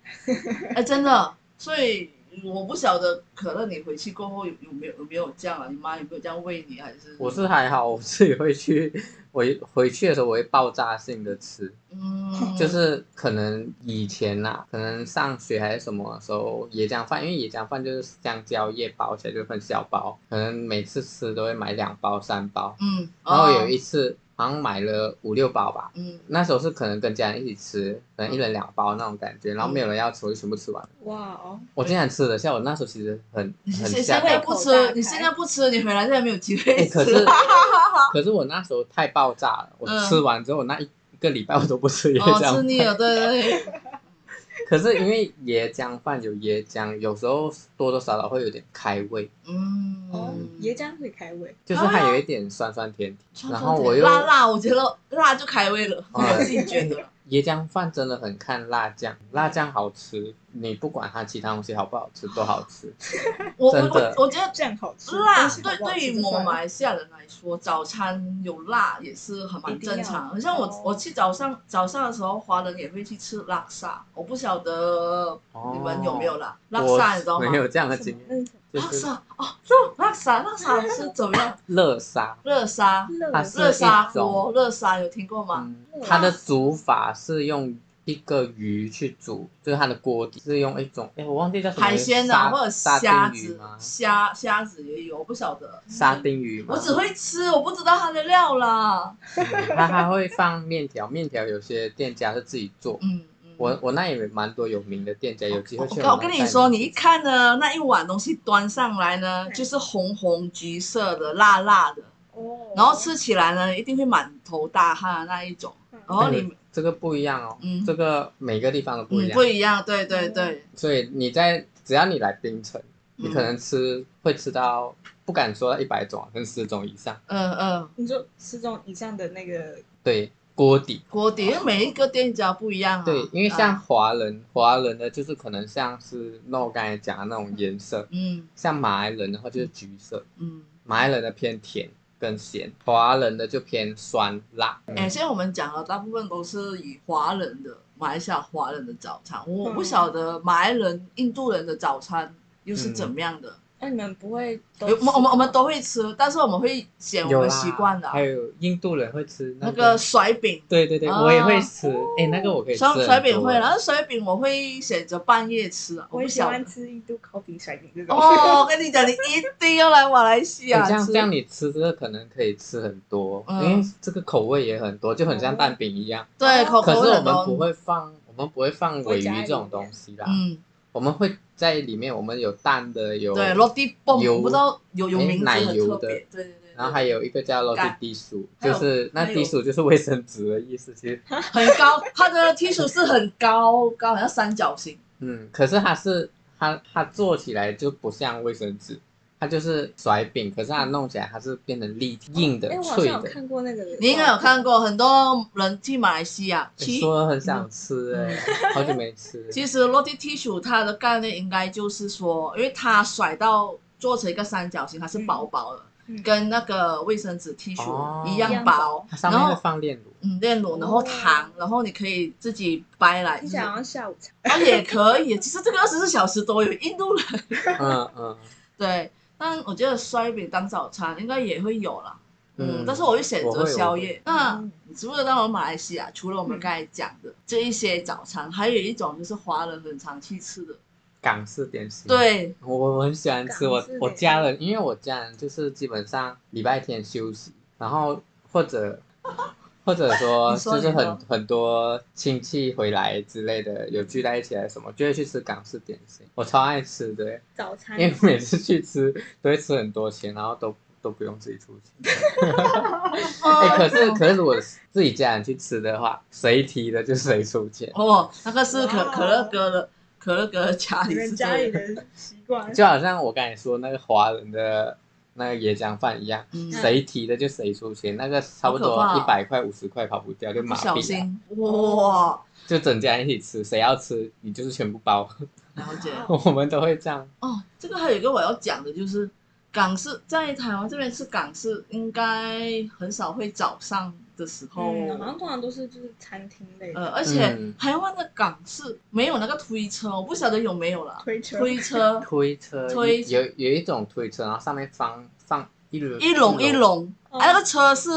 [SPEAKER 3] 哎，真的。所以我不晓得可乐，你回去过后有有没有有没有这样啊？你妈有没有这样喂你？还是
[SPEAKER 2] 我是还好，我自己会去，我一回去的时候我会爆炸性的吃，
[SPEAKER 3] 嗯，
[SPEAKER 2] 就是可能以前呐、可能上学还是什么时候椰浆饭，因为椰浆饭就是香蕉叶包起来就很小包，可能每次吃都会买两包三包，
[SPEAKER 3] 嗯，
[SPEAKER 2] 然后有
[SPEAKER 3] 哦
[SPEAKER 2] 一次好像买了五六包吧，
[SPEAKER 3] 嗯
[SPEAKER 2] 那时候是可能跟家人一起吃，可能一人两包那种感觉，然后没有人要吃，我就全部吃
[SPEAKER 3] 嗯
[SPEAKER 2] 完。
[SPEAKER 1] 哇哦，
[SPEAKER 2] 我竟然吃得下，我那时候其实很
[SPEAKER 3] 你
[SPEAKER 2] 很
[SPEAKER 3] 现
[SPEAKER 2] 吓
[SPEAKER 3] 现
[SPEAKER 2] 到
[SPEAKER 3] 在。
[SPEAKER 1] 口
[SPEAKER 3] 不
[SPEAKER 1] 大
[SPEAKER 3] 吃，你
[SPEAKER 1] 开
[SPEAKER 3] 现在不吃，你回来现在没有机会
[SPEAKER 2] 哎，
[SPEAKER 3] 吃
[SPEAKER 2] 可
[SPEAKER 3] 了。
[SPEAKER 2] 是可是我那时候太爆炸了，我
[SPEAKER 3] 嗯
[SPEAKER 2] 吃完之后那一一个礼拜我都不吃椰
[SPEAKER 3] 哦，
[SPEAKER 2] 浆
[SPEAKER 3] 吃
[SPEAKER 2] 饭。
[SPEAKER 3] 腻了，对对 对，
[SPEAKER 2] 可是因为椰浆饭有椰浆，有时候多多少少会有点开胃，
[SPEAKER 3] 嗯，
[SPEAKER 1] 哦，椰浆会开胃，
[SPEAKER 2] 就是它有一点酸酸甜甜。
[SPEAKER 3] 哦酸酸
[SPEAKER 2] 然后
[SPEAKER 3] 甜
[SPEAKER 2] 我又
[SPEAKER 3] 辣辣，我觉得辣就开胃了，
[SPEAKER 2] 哎
[SPEAKER 3] 我自己觉 得。
[SPEAKER 2] 椰浆饭真的很看辣酱，辣酱好吃，你不管它其他东西好不好吃都好吃。
[SPEAKER 3] 我我
[SPEAKER 2] 真
[SPEAKER 3] 我
[SPEAKER 2] 的
[SPEAKER 3] 我觉得
[SPEAKER 1] 这样好吃。
[SPEAKER 3] 辣
[SPEAKER 1] 东西
[SPEAKER 3] 对
[SPEAKER 1] 好不好
[SPEAKER 3] 对
[SPEAKER 1] 吃
[SPEAKER 3] 于
[SPEAKER 1] 就
[SPEAKER 3] 我们
[SPEAKER 1] 算
[SPEAKER 3] 马
[SPEAKER 1] 了
[SPEAKER 3] 来西亚人来说，早餐有辣也是很蛮
[SPEAKER 1] 一定要
[SPEAKER 3] 正常。好像我、
[SPEAKER 1] 哦
[SPEAKER 3] 我去早上早上的时候，华人也会去吃拉萨，我不晓得哦你们有没有啦？拉
[SPEAKER 2] 哦我
[SPEAKER 3] 萨你知道吗？
[SPEAKER 2] 没有这样的经验，
[SPEAKER 1] 嗯，
[SPEAKER 2] 就
[SPEAKER 3] 拉
[SPEAKER 2] 是
[SPEAKER 3] 萨哦，这拉萨拉萨是怎么 样？
[SPEAKER 2] 乐沙。
[SPEAKER 3] 热沙。
[SPEAKER 1] 热
[SPEAKER 2] 是
[SPEAKER 3] 热沙
[SPEAKER 2] 一种
[SPEAKER 3] 锅，热沙有听过吗？
[SPEAKER 2] 嗯，它的煮法是用一个鱼去煮，就是它的锅底是用一种，哎，我忘记叫什么
[SPEAKER 3] 海鲜啊，
[SPEAKER 2] 沙
[SPEAKER 3] 或者
[SPEAKER 2] 沙
[SPEAKER 3] 虾
[SPEAKER 2] 丁鱼
[SPEAKER 3] 子
[SPEAKER 2] 吗，？嗯
[SPEAKER 3] 虾虾子也有，我不晓得。
[SPEAKER 2] 沙丁鱼吗？
[SPEAKER 3] 我只会吃，我不知道它的料啦。
[SPEAKER 2] 嗯它还会放面条，面条有些店家是自己做，
[SPEAKER 3] 嗯嗯，
[SPEAKER 2] 我我那也蛮多有名的店家，有机会去。
[SPEAKER 3] 哦我我跟你说，你一看呢，那一碗东西端上来呢，
[SPEAKER 1] 对
[SPEAKER 3] 就是红红橘色的、辣辣的，
[SPEAKER 1] 哦
[SPEAKER 3] 然后吃起来呢，一定会满头大汗啊那一种。
[SPEAKER 1] 嗯
[SPEAKER 3] 然后
[SPEAKER 2] 哎
[SPEAKER 3] 哦你
[SPEAKER 2] 这个不一样哦，
[SPEAKER 3] 嗯
[SPEAKER 2] 这个每个地方都不一
[SPEAKER 3] 嗯
[SPEAKER 2] 样，
[SPEAKER 3] 不一样，对对对，
[SPEAKER 2] 所以你在只要你来槟城，你可
[SPEAKER 3] 嗯
[SPEAKER 2] 能吃会吃到不敢说一百种，跟十种以上。
[SPEAKER 3] 嗯嗯，
[SPEAKER 1] 你说吃这种以上的那个，
[SPEAKER 2] 对，锅底。
[SPEAKER 3] 锅底，因为每一个店家不一样啊。
[SPEAKER 2] 对，因为像
[SPEAKER 3] 啊
[SPEAKER 2] 华人，华人的就是可能像是那我刚才讲的那种颜色，
[SPEAKER 3] 嗯
[SPEAKER 2] 像马来人的话就是橘色，
[SPEAKER 3] 嗯，
[SPEAKER 2] 马来人的偏甜跟咸，华人的就偏酸辣。
[SPEAKER 3] 哎，现在我们讲的大部分都是以华人的马来西亚华人的早餐，我
[SPEAKER 1] 嗯
[SPEAKER 3] 不晓得马来人、印度人的早餐又是
[SPEAKER 2] 嗯
[SPEAKER 3] 怎么样的。
[SPEAKER 1] 那哎你们不会都哦
[SPEAKER 3] 有我们我们我们
[SPEAKER 1] 都
[SPEAKER 3] 都会吃，但是我们会选我
[SPEAKER 2] 有
[SPEAKER 3] 们
[SPEAKER 2] 啦，
[SPEAKER 3] 习惯的啊
[SPEAKER 2] 还有印度人会吃
[SPEAKER 3] 那
[SPEAKER 2] 个
[SPEAKER 3] 个，甩饼，
[SPEAKER 2] 对对对，
[SPEAKER 3] 啊
[SPEAKER 2] 我也会吃。哎，那个我可以吃
[SPEAKER 3] 甩
[SPEAKER 2] 很
[SPEAKER 3] 甩饼
[SPEAKER 2] 多
[SPEAKER 3] 会，然后甩饼我会选择半夜吃啊，我
[SPEAKER 1] 我
[SPEAKER 3] 不
[SPEAKER 1] 也喜
[SPEAKER 3] 晓得
[SPEAKER 1] 欢。吃印度烤饼、甩饼这种。
[SPEAKER 3] 哦，我跟你讲，你一定要来马来西亚
[SPEAKER 2] 哎这样
[SPEAKER 3] 吃
[SPEAKER 2] 这。样你吃这个可能可以吃很多，
[SPEAKER 3] 嗯
[SPEAKER 2] 因为这个口味也很多，就很像蛋饼一样。
[SPEAKER 3] 对，口
[SPEAKER 2] 可
[SPEAKER 3] 口
[SPEAKER 2] 是我
[SPEAKER 3] 冷
[SPEAKER 2] 们不
[SPEAKER 3] 哦。
[SPEAKER 2] 会放，我们不会放
[SPEAKER 1] 会
[SPEAKER 2] 尾鱼
[SPEAKER 1] 加
[SPEAKER 2] 这
[SPEAKER 1] 一
[SPEAKER 2] 种
[SPEAKER 1] 点
[SPEAKER 2] 东西啦。
[SPEAKER 3] 嗯，
[SPEAKER 2] 我们会在里面，我们有蛋的，有
[SPEAKER 3] 对，落地蹦，
[SPEAKER 2] 油
[SPEAKER 3] 我不知道有有
[SPEAKER 2] 哎
[SPEAKER 3] 名字
[SPEAKER 2] 奶
[SPEAKER 3] 很
[SPEAKER 2] 油
[SPEAKER 3] 特
[SPEAKER 2] 的
[SPEAKER 3] 别，对对对对，
[SPEAKER 2] 然后还有一个叫 roti
[SPEAKER 3] 干
[SPEAKER 2] 地鼠，
[SPEAKER 3] 还
[SPEAKER 2] 就
[SPEAKER 3] 有
[SPEAKER 2] 是那
[SPEAKER 3] 还有
[SPEAKER 2] 地鼠就是卫生纸的意思，其实，
[SPEAKER 3] 很高，它的 T 恤是很高高，好像三角形，
[SPEAKER 2] 嗯，可是它是它它做起来就不像卫生纸，它就是甩饼，可是它弄起来它是变成立体硬的
[SPEAKER 1] 哎，我好
[SPEAKER 2] 脆
[SPEAKER 1] 像有
[SPEAKER 2] 的，
[SPEAKER 1] 看过那个，
[SPEAKER 3] 你应该有看过，很多人去马来西亚
[SPEAKER 2] 你
[SPEAKER 3] 去。
[SPEAKER 2] 哎说很想吃
[SPEAKER 1] 嗯
[SPEAKER 2] 哎、好久没吃，
[SPEAKER 3] 其实落地 T 恤它的概念应该就是说，因为它甩到做成一个三角形，它是薄薄的，
[SPEAKER 1] 嗯
[SPEAKER 3] 跟那个卫生纸 T
[SPEAKER 2] 哦
[SPEAKER 3] 恤一
[SPEAKER 1] 一
[SPEAKER 3] 样
[SPEAKER 1] 样
[SPEAKER 3] 薄，
[SPEAKER 1] 薄
[SPEAKER 2] 它上
[SPEAKER 3] 然
[SPEAKER 2] 面会
[SPEAKER 3] 后
[SPEAKER 2] 放炼乳，
[SPEAKER 3] 嗯炼乳，然后糖，
[SPEAKER 1] 哦
[SPEAKER 3] 然后你可以自己掰来
[SPEAKER 1] 听
[SPEAKER 3] 吃，
[SPEAKER 1] 起来好像
[SPEAKER 3] 然
[SPEAKER 1] 下午茶。
[SPEAKER 3] 后也可以。其实这个二十四小时都有，印度人
[SPEAKER 2] 嗯嗯
[SPEAKER 3] 对，但我觉得摔饼当早餐应该也会有啦。嗯，
[SPEAKER 2] 嗯
[SPEAKER 3] 但是我会选择宵夜。那
[SPEAKER 1] 嗯
[SPEAKER 3] 你知不知道马来西亚除了我们刚才讲的这一些早餐，还有一种就是华人很常去吃的，
[SPEAKER 2] 嗯港式点心，，
[SPEAKER 3] 对，
[SPEAKER 2] 我我很喜欢吃，
[SPEAKER 1] 港
[SPEAKER 2] 我
[SPEAKER 1] 式
[SPEAKER 2] 我
[SPEAKER 1] 点
[SPEAKER 2] 家人，因为我家人就是基本上礼拜天休息，然后 或者或者说
[SPEAKER 3] 你说
[SPEAKER 2] 就是
[SPEAKER 3] 你
[SPEAKER 2] 很
[SPEAKER 3] 说
[SPEAKER 2] 很多亲戚回来之类的，有聚在一起来什么，就会去吃港式点心，我超爱吃的，
[SPEAKER 1] 早餐
[SPEAKER 2] 因为每次去吃都会吃很多钱，然后都都不用自己出钱。
[SPEAKER 3] 哦
[SPEAKER 2] 哎、可是可是我自己家人去吃的话，谁提的就谁出钱，
[SPEAKER 3] 哦，那个是可
[SPEAKER 1] 哇
[SPEAKER 3] 可乐哥的，可乐哥的家
[SPEAKER 1] 你
[SPEAKER 3] 里
[SPEAKER 1] 们
[SPEAKER 3] 是
[SPEAKER 1] 家里
[SPEAKER 3] 这样。
[SPEAKER 1] 的习惯，
[SPEAKER 2] 就好像我刚才说那个华人的那个椰浆饭一样。
[SPEAKER 3] 嗯，
[SPEAKER 2] 谁提的就谁出钱，那个差不多
[SPEAKER 3] 好
[SPEAKER 2] 一
[SPEAKER 3] 可怕哦
[SPEAKER 2] 百块、五十块跑不掉，就
[SPEAKER 3] 不
[SPEAKER 2] 麻
[SPEAKER 3] 小
[SPEAKER 2] 痹了，
[SPEAKER 3] 心哇，
[SPEAKER 2] 就整家人一起吃，谁要吃你就是全部包，
[SPEAKER 3] 了解
[SPEAKER 1] 哦
[SPEAKER 2] 我们都会这样。
[SPEAKER 3] 哦。这个还有一个我要讲的就是，港式在台湾这边吃港式，应该很少会早上的时候。
[SPEAKER 1] 嗯，
[SPEAKER 2] 哦
[SPEAKER 1] 好像通常都是就是餐厅类
[SPEAKER 3] 呃，
[SPEAKER 1] 的
[SPEAKER 3] 哦而且
[SPEAKER 2] 嗯
[SPEAKER 3] 台湾的港式没有那个推车，我不晓得有没有啦。
[SPEAKER 1] 推车，
[SPEAKER 3] 推车
[SPEAKER 2] 推车
[SPEAKER 3] 推
[SPEAKER 2] 有有一种推车，然后上面放放一笼
[SPEAKER 3] 一笼一，笼，
[SPEAKER 1] 哦
[SPEAKER 3] 哎，那个车是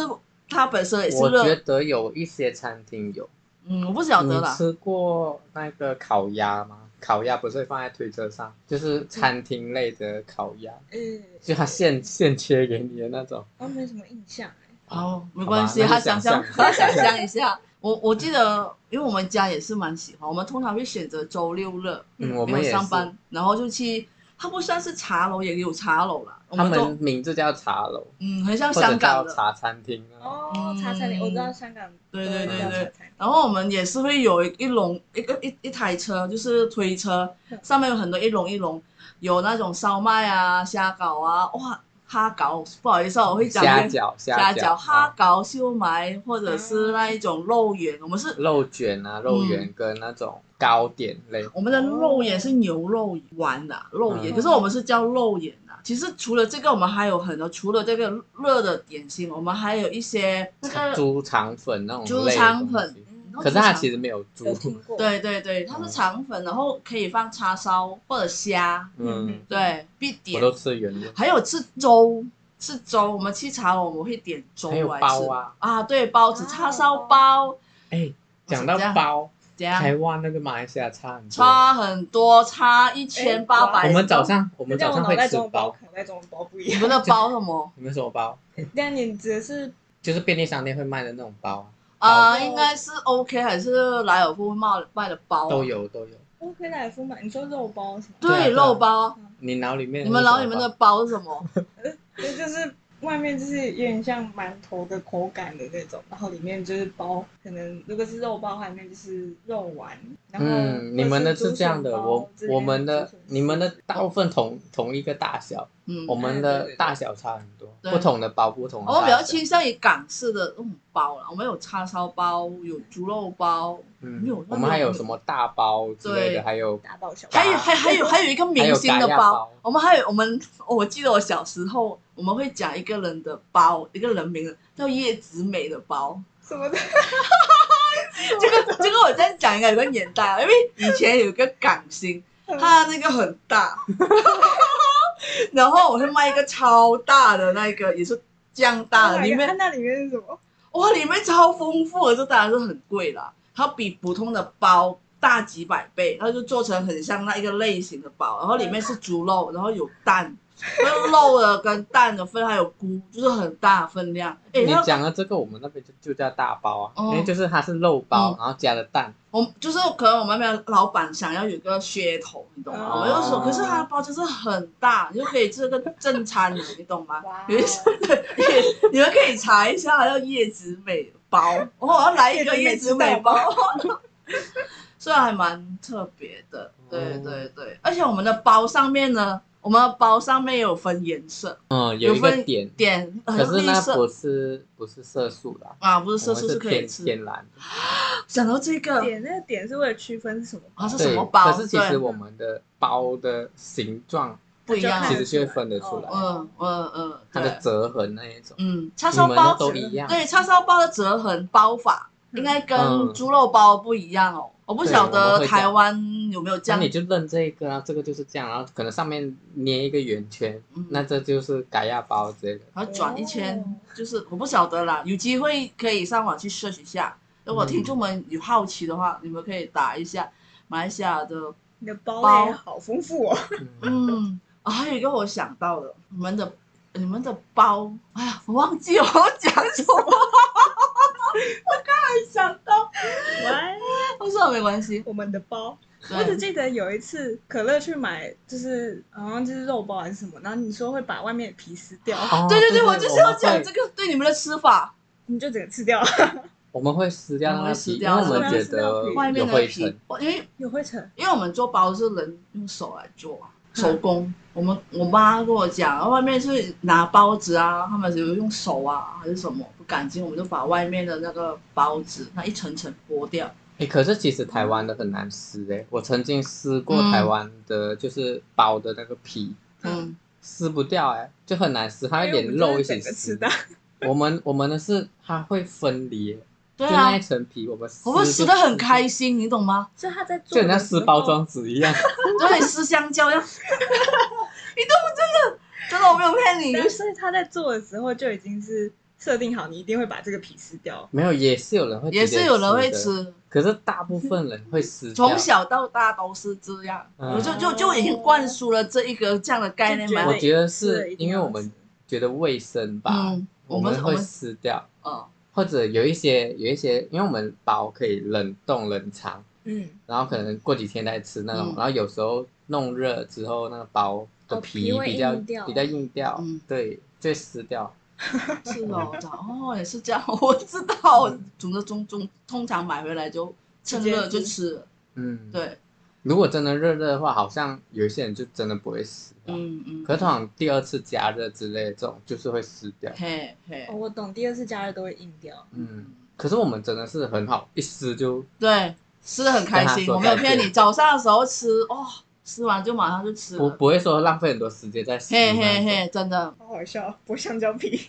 [SPEAKER 3] 它本身也是
[SPEAKER 2] 我觉
[SPEAKER 3] 热，
[SPEAKER 2] 得有一些餐厅有。
[SPEAKER 3] 嗯，我不晓
[SPEAKER 2] 你
[SPEAKER 3] 得啦。
[SPEAKER 2] 吃过那个烤鸭吗？烤鸭不是会放在推车上，就是
[SPEAKER 3] 嗯
[SPEAKER 2] 餐厅类的烤鸭，
[SPEAKER 1] 嗯，
[SPEAKER 2] 就它现现切给你的那种。
[SPEAKER 1] 我哦没什么印象哎。
[SPEAKER 3] 哦，没
[SPEAKER 2] 好
[SPEAKER 3] 关
[SPEAKER 2] 吧
[SPEAKER 3] 系，
[SPEAKER 2] 那就
[SPEAKER 3] 他
[SPEAKER 2] 想
[SPEAKER 3] 想象
[SPEAKER 2] 象
[SPEAKER 3] 他想象一下。我我记得，因为我们家也是蛮喜欢，我们通常会选择周六日
[SPEAKER 2] 嗯，
[SPEAKER 1] 嗯
[SPEAKER 2] 我
[SPEAKER 3] 没
[SPEAKER 2] 们
[SPEAKER 3] 有
[SPEAKER 2] 也
[SPEAKER 3] 上
[SPEAKER 2] 是。
[SPEAKER 3] 班，然后就去。它不算是茶楼，也有茶楼啦。我
[SPEAKER 2] 他
[SPEAKER 3] 们都
[SPEAKER 2] 们名字叫茶楼，
[SPEAKER 3] 嗯，很像
[SPEAKER 2] 或者
[SPEAKER 3] 香
[SPEAKER 2] 叫
[SPEAKER 3] 港的。
[SPEAKER 2] 茶餐厅啊。
[SPEAKER 1] 哦，茶餐厅，我知道香港
[SPEAKER 3] 嗯对对
[SPEAKER 1] 都
[SPEAKER 3] 对
[SPEAKER 1] 叫
[SPEAKER 3] 对
[SPEAKER 1] 茶餐厅
[SPEAKER 3] 然后我们也是会有一一笼一个一一台车，就是推车，上面有很多一笼一笼，有那种烧麦啊、虾饺啊，哇，哈饺，不好意思啊，我会讲
[SPEAKER 2] 虾
[SPEAKER 3] 粤语
[SPEAKER 2] 饺、
[SPEAKER 3] 虾
[SPEAKER 2] 饺、啊
[SPEAKER 3] 饺、哈饺、秀埋，或者是那一种肉圆，我们是
[SPEAKER 2] 肉卷啊、肉
[SPEAKER 3] 嗯
[SPEAKER 2] 圆跟那种糕点类，
[SPEAKER 3] 我们的肉眼是牛肉丸的、肉眼，
[SPEAKER 2] 嗯
[SPEAKER 3] 可是我们是叫肉眼的、其实除了这个，我们还有很多，除了这个热的点心，我们还有一些那个，
[SPEAKER 2] 猪肠粉那种
[SPEAKER 3] 猪
[SPEAKER 2] 类的
[SPEAKER 3] 肠
[SPEAKER 2] 东
[SPEAKER 3] 粉哦
[SPEAKER 2] 西。
[SPEAKER 1] 嗯
[SPEAKER 2] 可是它
[SPEAKER 3] 实
[SPEAKER 2] 其实没有猪
[SPEAKER 1] 有，听过，
[SPEAKER 3] 对对对，它是肠粉，然后可以放叉烧或者虾，
[SPEAKER 2] 嗯，
[SPEAKER 3] 对，必
[SPEAKER 2] 我
[SPEAKER 3] 点。
[SPEAKER 2] 都吃原味。
[SPEAKER 3] 还有吃粥，吃粥，我们去茶楼我们会点粥
[SPEAKER 2] 还有
[SPEAKER 3] 来吃
[SPEAKER 2] 包啊，
[SPEAKER 3] 啊对，包子、
[SPEAKER 1] 啊
[SPEAKER 3] 叉烧包，
[SPEAKER 2] 哎，讲
[SPEAKER 3] 我
[SPEAKER 2] 到
[SPEAKER 3] 是这样
[SPEAKER 2] 包，
[SPEAKER 3] 怎样？
[SPEAKER 2] 台湾那个马来西亚差很多。
[SPEAKER 3] 差很多，差一千八百。
[SPEAKER 2] 哎我们早上我
[SPEAKER 1] 那
[SPEAKER 2] 们
[SPEAKER 1] 这样我
[SPEAKER 2] 早上
[SPEAKER 1] 脑
[SPEAKER 2] 会
[SPEAKER 1] 袋
[SPEAKER 2] 吃
[SPEAKER 1] 中的包
[SPEAKER 2] 包，
[SPEAKER 1] 可能在中的包不一
[SPEAKER 3] 你
[SPEAKER 1] 样。
[SPEAKER 3] 们的包什么？
[SPEAKER 2] 你们什么包？
[SPEAKER 1] 但你指的是
[SPEAKER 2] 就是便利商店会卖的那种包啊，
[SPEAKER 3] 啊，应该是 OK 还是莱尔富卖卖的包啊
[SPEAKER 2] 都有都有。
[SPEAKER 1] OK 来福嘛，你说肉包什么？
[SPEAKER 2] 对啊对啊
[SPEAKER 3] 对肉包，
[SPEAKER 2] 你脑里面
[SPEAKER 3] 你们
[SPEAKER 2] 是什
[SPEAKER 3] 老
[SPEAKER 2] 么
[SPEAKER 3] 你们
[SPEAKER 2] 包
[SPEAKER 3] 的包是什么？
[SPEAKER 1] 对，就是外面就是有点像馒头的口感的那种，然后里面就是包，可能如果是肉包，它里面就是肉丸。然后
[SPEAKER 2] 嗯，你们的是这样的，我我们的你们的大部分同同一个大小，
[SPEAKER 3] 嗯，
[SPEAKER 2] 我们的
[SPEAKER 1] 对对
[SPEAKER 2] 大小差很多，
[SPEAKER 3] 对
[SPEAKER 2] 不同的包不同的大
[SPEAKER 3] 我
[SPEAKER 2] 小。
[SPEAKER 3] 比较倾向于港式的那种包了，我们有叉烧包，有猪肉包，没有
[SPEAKER 2] 嗯，
[SPEAKER 3] 那
[SPEAKER 2] 我们还
[SPEAKER 3] 种
[SPEAKER 2] 有什么大包之类
[SPEAKER 3] 对
[SPEAKER 2] 的，还有
[SPEAKER 1] 大包小包
[SPEAKER 3] 还。有还还有还有一个明星
[SPEAKER 2] 还
[SPEAKER 3] 的
[SPEAKER 2] 有咖亚包
[SPEAKER 3] 我们还有我们、哦我记得我小时候我们会讲一个人的包，一个人名的叫叶子美的包。
[SPEAKER 1] 什 么的，
[SPEAKER 3] 这个这个我再讲一个有个年代啊，因为以前有一个港星，他那个很大， 然后我会卖一个超大的那个，也是酱大的，里面
[SPEAKER 1] 啊那里面是什么？
[SPEAKER 3] 哇，里面超丰富的，这当然是很贵啦，它比普通的包大几百倍，它就做成很像那一个类型的包，然后里面是猪肉，然后有蛋，有肉的跟蛋的分，还有菇，就是很大的分量。哎，
[SPEAKER 2] 你
[SPEAKER 3] 那
[SPEAKER 2] 讲的这个，我们那边就就叫大包啊，
[SPEAKER 3] 哦
[SPEAKER 2] 因为就是它是肉包
[SPEAKER 3] 嗯，
[SPEAKER 2] 然后加了蛋，
[SPEAKER 3] 我们就是可能我们那边老板想要有个噱头，你懂吗？
[SPEAKER 1] 哦
[SPEAKER 3] 我们就说，可是它的包就是很大，你就可以吃个正餐了，你懂吗？
[SPEAKER 1] 哇哦
[SPEAKER 3] 有一些 你你们可以查一下，叫叶子美包，我要来一个叶子美包， 虽然还蛮特别的，对
[SPEAKER 2] 哦
[SPEAKER 3] 对对，而且我们的包上面呢，我们的包上面有分颜色，
[SPEAKER 2] 嗯，
[SPEAKER 3] 有
[SPEAKER 2] 一个
[SPEAKER 3] 分
[SPEAKER 2] 点，
[SPEAKER 3] 点很
[SPEAKER 2] 可是
[SPEAKER 3] 绿
[SPEAKER 2] 那
[SPEAKER 3] 色
[SPEAKER 2] 不是不是色素啦，
[SPEAKER 3] 啊，不是
[SPEAKER 2] 我
[SPEAKER 3] 色
[SPEAKER 2] 们
[SPEAKER 3] 素
[SPEAKER 2] 是
[SPEAKER 3] 可以
[SPEAKER 2] 天
[SPEAKER 3] 吃。
[SPEAKER 2] 天然的，
[SPEAKER 3] 想到这个
[SPEAKER 1] 点那个点是为了区分是什么包？
[SPEAKER 3] 啊，是什
[SPEAKER 2] 对
[SPEAKER 3] 么。
[SPEAKER 2] 可
[SPEAKER 3] 包？
[SPEAKER 2] 是其实
[SPEAKER 3] 对，
[SPEAKER 2] 我们的包的形状
[SPEAKER 3] 不一样
[SPEAKER 1] 就看
[SPEAKER 2] 其
[SPEAKER 1] 得
[SPEAKER 2] 实就会
[SPEAKER 1] 出来
[SPEAKER 2] 分得出来
[SPEAKER 1] 哦
[SPEAKER 3] 嗯嗯嗯，
[SPEAKER 2] 它
[SPEAKER 3] 对
[SPEAKER 2] 的折痕那一种，
[SPEAKER 3] 嗯，叉
[SPEAKER 2] 你
[SPEAKER 3] 烧
[SPEAKER 2] 们
[SPEAKER 3] 包
[SPEAKER 2] 的都一样，
[SPEAKER 3] 对，叉烧包的折痕包法应该跟
[SPEAKER 2] 嗯
[SPEAKER 3] 猪肉包不一样哦。我不晓
[SPEAKER 2] 对我们
[SPEAKER 3] 得
[SPEAKER 2] 会
[SPEAKER 3] 台湾有没有这
[SPEAKER 2] 那
[SPEAKER 3] 样
[SPEAKER 2] 你，就认这个啊，这个就是这样，然后可能上面捏一个圆圈，
[SPEAKER 3] 嗯
[SPEAKER 2] 那这就是改亚包之类的。
[SPEAKER 3] 然后转一圈
[SPEAKER 1] 哦，
[SPEAKER 3] 就是我不晓得啦。有机会可以上网去 search 一下。如果
[SPEAKER 2] 嗯
[SPEAKER 3] 听众们有好奇的话，你们可以打一下马来西亚的，
[SPEAKER 1] 你的包
[SPEAKER 3] 包
[SPEAKER 1] 类好丰富哦，
[SPEAKER 2] 嗯，
[SPEAKER 3] 嗯，啊，还有一个我想到的，你们的你们的包，哎呀，我忘 记我要讲什么，我刚才想 到，
[SPEAKER 1] 哇
[SPEAKER 3] 不是没关系，
[SPEAKER 1] 我们的包。我只
[SPEAKER 3] 哦对，
[SPEAKER 1] 记得有一次可乐去买，就是好像就是肉包还是什么，然后你说会把外面的皮撕掉，
[SPEAKER 2] 哦
[SPEAKER 3] 对对对，
[SPEAKER 2] 对，
[SPEAKER 3] 我就是要讲这
[SPEAKER 2] 个，
[SPEAKER 3] 个对你们的吃法。
[SPEAKER 1] 你就整个吃掉，
[SPEAKER 2] 我们会撕掉
[SPEAKER 3] 我们
[SPEAKER 2] 那
[SPEAKER 3] 会
[SPEAKER 2] 个
[SPEAKER 3] 撕
[SPEAKER 2] 皮，因为
[SPEAKER 3] 掉
[SPEAKER 2] 我们
[SPEAKER 1] 那
[SPEAKER 2] 觉
[SPEAKER 1] 个
[SPEAKER 2] 得
[SPEAKER 3] 外面
[SPEAKER 2] 有
[SPEAKER 3] 的
[SPEAKER 2] 灰
[SPEAKER 3] 皮
[SPEAKER 2] 尘。，
[SPEAKER 3] 我因为
[SPEAKER 1] 有灰尘。
[SPEAKER 3] 因为我们做包是人用手来做啊，手工。我们我妈跟我讲，外面是拿包子啊，他们只有用手啊还是什么不干净，我们就把外面的那个包子那一层层剥掉。
[SPEAKER 2] 哎，可是其实台湾的很难撕哎，我曾经撕过
[SPEAKER 3] 嗯
[SPEAKER 2] 台湾的，就是包的那个皮，
[SPEAKER 3] 嗯，
[SPEAKER 2] 撕不掉哎，就很难撕，它会
[SPEAKER 1] 因为
[SPEAKER 2] 连
[SPEAKER 1] 我们
[SPEAKER 2] 肉
[SPEAKER 1] 就
[SPEAKER 2] 一
[SPEAKER 1] 是整
[SPEAKER 2] 起
[SPEAKER 1] 个吃
[SPEAKER 2] 撕
[SPEAKER 1] 到。，
[SPEAKER 2] 我们我们的是它会分离耶，
[SPEAKER 3] 对
[SPEAKER 2] 就那
[SPEAKER 3] 啊
[SPEAKER 2] 一，层皮，我们
[SPEAKER 3] 我们
[SPEAKER 2] 撕
[SPEAKER 3] 撕
[SPEAKER 2] 就
[SPEAKER 3] 的很开心，你懂吗？
[SPEAKER 1] 所以他在做
[SPEAKER 2] 就
[SPEAKER 1] 的
[SPEAKER 2] 很像
[SPEAKER 1] 时候
[SPEAKER 2] 撕包，装纸一样。
[SPEAKER 3] 对，撕香蕉 要，你懂真的真的我没有骗你，
[SPEAKER 1] 但是他在做的时候就已经是设定好，你一定会把这个皮撕掉。
[SPEAKER 2] 没有，也是有人会，
[SPEAKER 3] 也是有人会，吃。
[SPEAKER 2] 可是大部分人会撕掉。
[SPEAKER 3] 从小到大都是这样，
[SPEAKER 2] 嗯
[SPEAKER 3] 我就就就已经灌输了这一个这样的概念
[SPEAKER 1] 就
[SPEAKER 3] 嘛
[SPEAKER 2] 我。觉得
[SPEAKER 1] 吃了
[SPEAKER 2] 是
[SPEAKER 1] 嗯一定
[SPEAKER 2] 因为
[SPEAKER 1] 要
[SPEAKER 2] 我们觉得卫生吧，
[SPEAKER 3] 嗯，
[SPEAKER 2] 我
[SPEAKER 3] 我们我
[SPEAKER 2] 会
[SPEAKER 3] 们
[SPEAKER 2] 撕掉，
[SPEAKER 3] 嗯
[SPEAKER 2] 或者有一些有一些，因为我们包可以冷冻冷藏，
[SPEAKER 1] 嗯，
[SPEAKER 2] 然后可能过几天再吃那种，
[SPEAKER 3] 嗯
[SPEAKER 2] 然后有时候弄热之后，那个包的
[SPEAKER 1] 哦皮会
[SPEAKER 2] 比较、
[SPEAKER 1] 硬掉
[SPEAKER 2] 比较硬掉，
[SPEAKER 3] 嗯
[SPEAKER 2] 对，就会撕掉。
[SPEAKER 3] 是哦，我知道哦，也是这样，我知道。总之中中通常买回来就趁热就吃，
[SPEAKER 2] 嗯，。
[SPEAKER 3] 对，
[SPEAKER 2] 如果真的热热的话，好像有一些人就真的不会撕掉。
[SPEAKER 3] 嗯嗯。
[SPEAKER 2] 可是通常第二次加热之类的这种，就是会撕掉。
[SPEAKER 3] 嘿嘿
[SPEAKER 1] 哦，，我懂，第二次加热都会硬掉。
[SPEAKER 2] 嗯，可是我们真的是很好，一撕就
[SPEAKER 3] 对，吃的很开
[SPEAKER 2] 跟他
[SPEAKER 3] 心，
[SPEAKER 2] 说
[SPEAKER 3] 我没有骗
[SPEAKER 2] 再
[SPEAKER 3] 你。
[SPEAKER 2] 见
[SPEAKER 3] 早上的时候吃，哦，吃完就马上就吃
[SPEAKER 2] 不
[SPEAKER 3] 了，
[SPEAKER 2] 不会说浪费很多时间在撕
[SPEAKER 3] 啊
[SPEAKER 2] 那
[SPEAKER 3] 嘿
[SPEAKER 2] 种。
[SPEAKER 3] 嘿嘿，真的。
[SPEAKER 1] 好好笑，剥香蕉皮，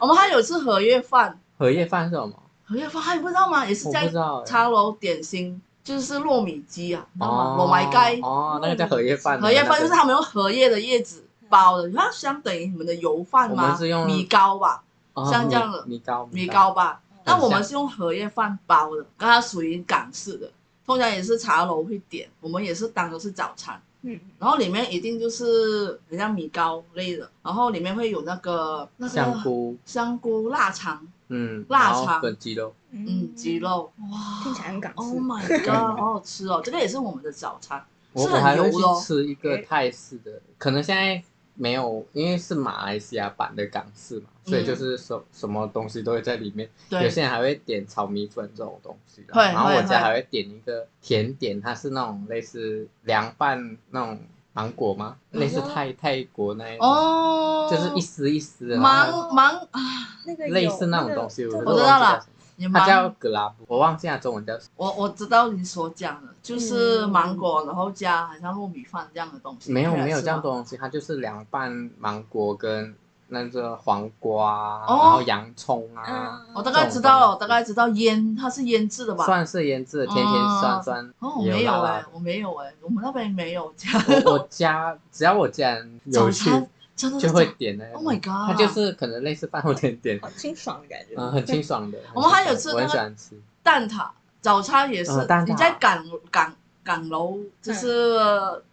[SPEAKER 3] 我们还有吃荷叶饭，
[SPEAKER 2] 荷叶饭是什么？
[SPEAKER 3] 荷叶饭还不知道吗？也是
[SPEAKER 2] 我
[SPEAKER 3] 在
[SPEAKER 2] 不知道欸。
[SPEAKER 3] 茶楼点心，就是糯米鸡啊，你知道吗？
[SPEAKER 2] 哦，
[SPEAKER 3] 糯米鸡。
[SPEAKER 2] 哦，那个叫荷叶饭。
[SPEAKER 3] 荷叶饭就是
[SPEAKER 2] 那个
[SPEAKER 3] 他们用荷叶的叶子包的，它相等于你们的油饭
[SPEAKER 2] 我
[SPEAKER 3] 吗
[SPEAKER 2] 们是？用
[SPEAKER 3] 米糕吧，
[SPEAKER 2] 哦
[SPEAKER 3] 像这样的
[SPEAKER 2] 米米糕
[SPEAKER 3] 米糕吧。
[SPEAKER 2] 很
[SPEAKER 3] 那我
[SPEAKER 2] 像
[SPEAKER 3] 们是用荷叶饭包的，那它属于港式的，通常也是茶楼会点，我们也是当的是早餐。
[SPEAKER 1] 嗯，
[SPEAKER 3] 然后里面一定就是很像米糕类的，然后里面会有那个那个
[SPEAKER 2] 香菇，
[SPEAKER 3] 香菇腊肠，
[SPEAKER 2] 嗯，
[SPEAKER 3] 腊
[SPEAKER 2] 然后
[SPEAKER 3] 肠
[SPEAKER 2] 跟鸡肉，哦
[SPEAKER 3] 嗯，鸡肉，哇，
[SPEAKER 1] 听起来很港式
[SPEAKER 3] Oh my god，好好吃哦！这个也是我们的早餐，
[SPEAKER 2] 我
[SPEAKER 3] 是
[SPEAKER 2] 我还
[SPEAKER 3] 很
[SPEAKER 2] 会
[SPEAKER 3] 油
[SPEAKER 2] 去
[SPEAKER 3] 的哦。
[SPEAKER 2] 吃一个
[SPEAKER 1] 诶
[SPEAKER 2] 泰式的，可能现在没有，因为是马来西亚版的港式嘛，所以
[SPEAKER 3] 嗯
[SPEAKER 2] 就是什什么东西都会在里面。有
[SPEAKER 3] 对，
[SPEAKER 2] 些人还会点炒米粉这种东西啦，
[SPEAKER 3] 会
[SPEAKER 2] 然后我
[SPEAKER 3] 会
[SPEAKER 2] 家
[SPEAKER 3] 会
[SPEAKER 2] 还会点一个甜点，它是那种类似凉拌那种芒果吗？
[SPEAKER 3] 嗯
[SPEAKER 2] 类似泰泰国那一种，
[SPEAKER 3] 哦，
[SPEAKER 2] 就是一丝一丝的，然后
[SPEAKER 3] 芒芒啊，
[SPEAKER 1] 那个有
[SPEAKER 2] 类似那种
[SPEAKER 1] 个
[SPEAKER 2] 东西，
[SPEAKER 1] 叫
[SPEAKER 2] 我
[SPEAKER 1] 什
[SPEAKER 2] 都
[SPEAKER 1] 么
[SPEAKER 3] 我知
[SPEAKER 2] 忘
[SPEAKER 3] 道
[SPEAKER 2] 记叫什
[SPEAKER 3] 啦
[SPEAKER 2] 么
[SPEAKER 3] 你
[SPEAKER 2] 它叫
[SPEAKER 3] 芒，
[SPEAKER 2] 格拉布，我忘记它中文叫什么。
[SPEAKER 3] 我我知道你所讲的，就是
[SPEAKER 1] 嗯
[SPEAKER 3] 芒果，然后加好像糯米饭这样的东西。
[SPEAKER 2] 没有
[SPEAKER 3] 对啊
[SPEAKER 2] 没有
[SPEAKER 3] 是
[SPEAKER 2] 这样
[SPEAKER 3] 吗
[SPEAKER 2] 多东西，它就是凉拌芒果跟那个黄瓜，啊
[SPEAKER 3] 哦
[SPEAKER 2] 然后洋葱啊，
[SPEAKER 1] 嗯，
[SPEAKER 3] 我大概知道了，我大概知道腌，它是腌制的吧？
[SPEAKER 2] 算是腌制的，甜甜酸酸，
[SPEAKER 3] 哦，我
[SPEAKER 2] 也
[SPEAKER 3] 没有
[SPEAKER 2] 辣
[SPEAKER 3] 哎、
[SPEAKER 2] 辣的。
[SPEAKER 3] 我没有哎、我们那边没有加
[SPEAKER 2] 我我家只要我家人有
[SPEAKER 3] 早
[SPEAKER 2] 去，
[SPEAKER 3] 餐， 真的是
[SPEAKER 2] 就会
[SPEAKER 3] 早
[SPEAKER 2] 点那个。
[SPEAKER 3] Oh my god
[SPEAKER 2] 它就是可能类似饭后甜点，
[SPEAKER 1] 好清爽的感觉。
[SPEAKER 2] 嗯，很清爽的。
[SPEAKER 3] 我们还有
[SPEAKER 2] 很
[SPEAKER 3] 吃
[SPEAKER 2] 清爽我
[SPEAKER 3] 那
[SPEAKER 2] 很喜
[SPEAKER 3] 个
[SPEAKER 2] 欢吃。
[SPEAKER 3] 蛋挞，早餐也是。
[SPEAKER 2] 呃蛋挞
[SPEAKER 3] 你在赶赶赶楼，就是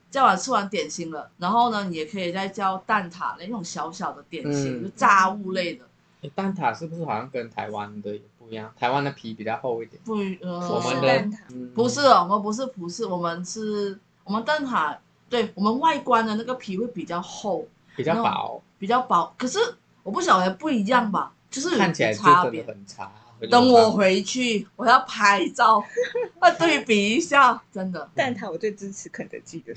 [SPEAKER 3] 叫完吃完点心了，然后呢，你也可以再叫蛋挞那种小小的点心，
[SPEAKER 2] 嗯
[SPEAKER 3] 就炸物类的，
[SPEAKER 2] 诶蛋挞是不是好像跟台湾的也不一样？台湾的皮比较厚一点，
[SPEAKER 3] 不呃，
[SPEAKER 2] 我
[SPEAKER 1] 葡
[SPEAKER 2] 们
[SPEAKER 1] 式
[SPEAKER 2] 的
[SPEAKER 1] 蛋挞
[SPEAKER 2] 嗯
[SPEAKER 3] 不是，我们不是葡式，我们是我们蛋挞，对我们外观的那个皮会比较厚，
[SPEAKER 2] 比较薄，
[SPEAKER 3] 比较薄，可是我不晓得不一样吧，就是有
[SPEAKER 2] 嗯看起来就
[SPEAKER 3] 差
[SPEAKER 2] 真
[SPEAKER 3] 别
[SPEAKER 2] 的。很差。
[SPEAKER 3] 等我回去，我要拍照， 要对比一下，真
[SPEAKER 2] 嗯
[SPEAKER 3] 的。
[SPEAKER 1] 蛋挞，我最支持肯德基的。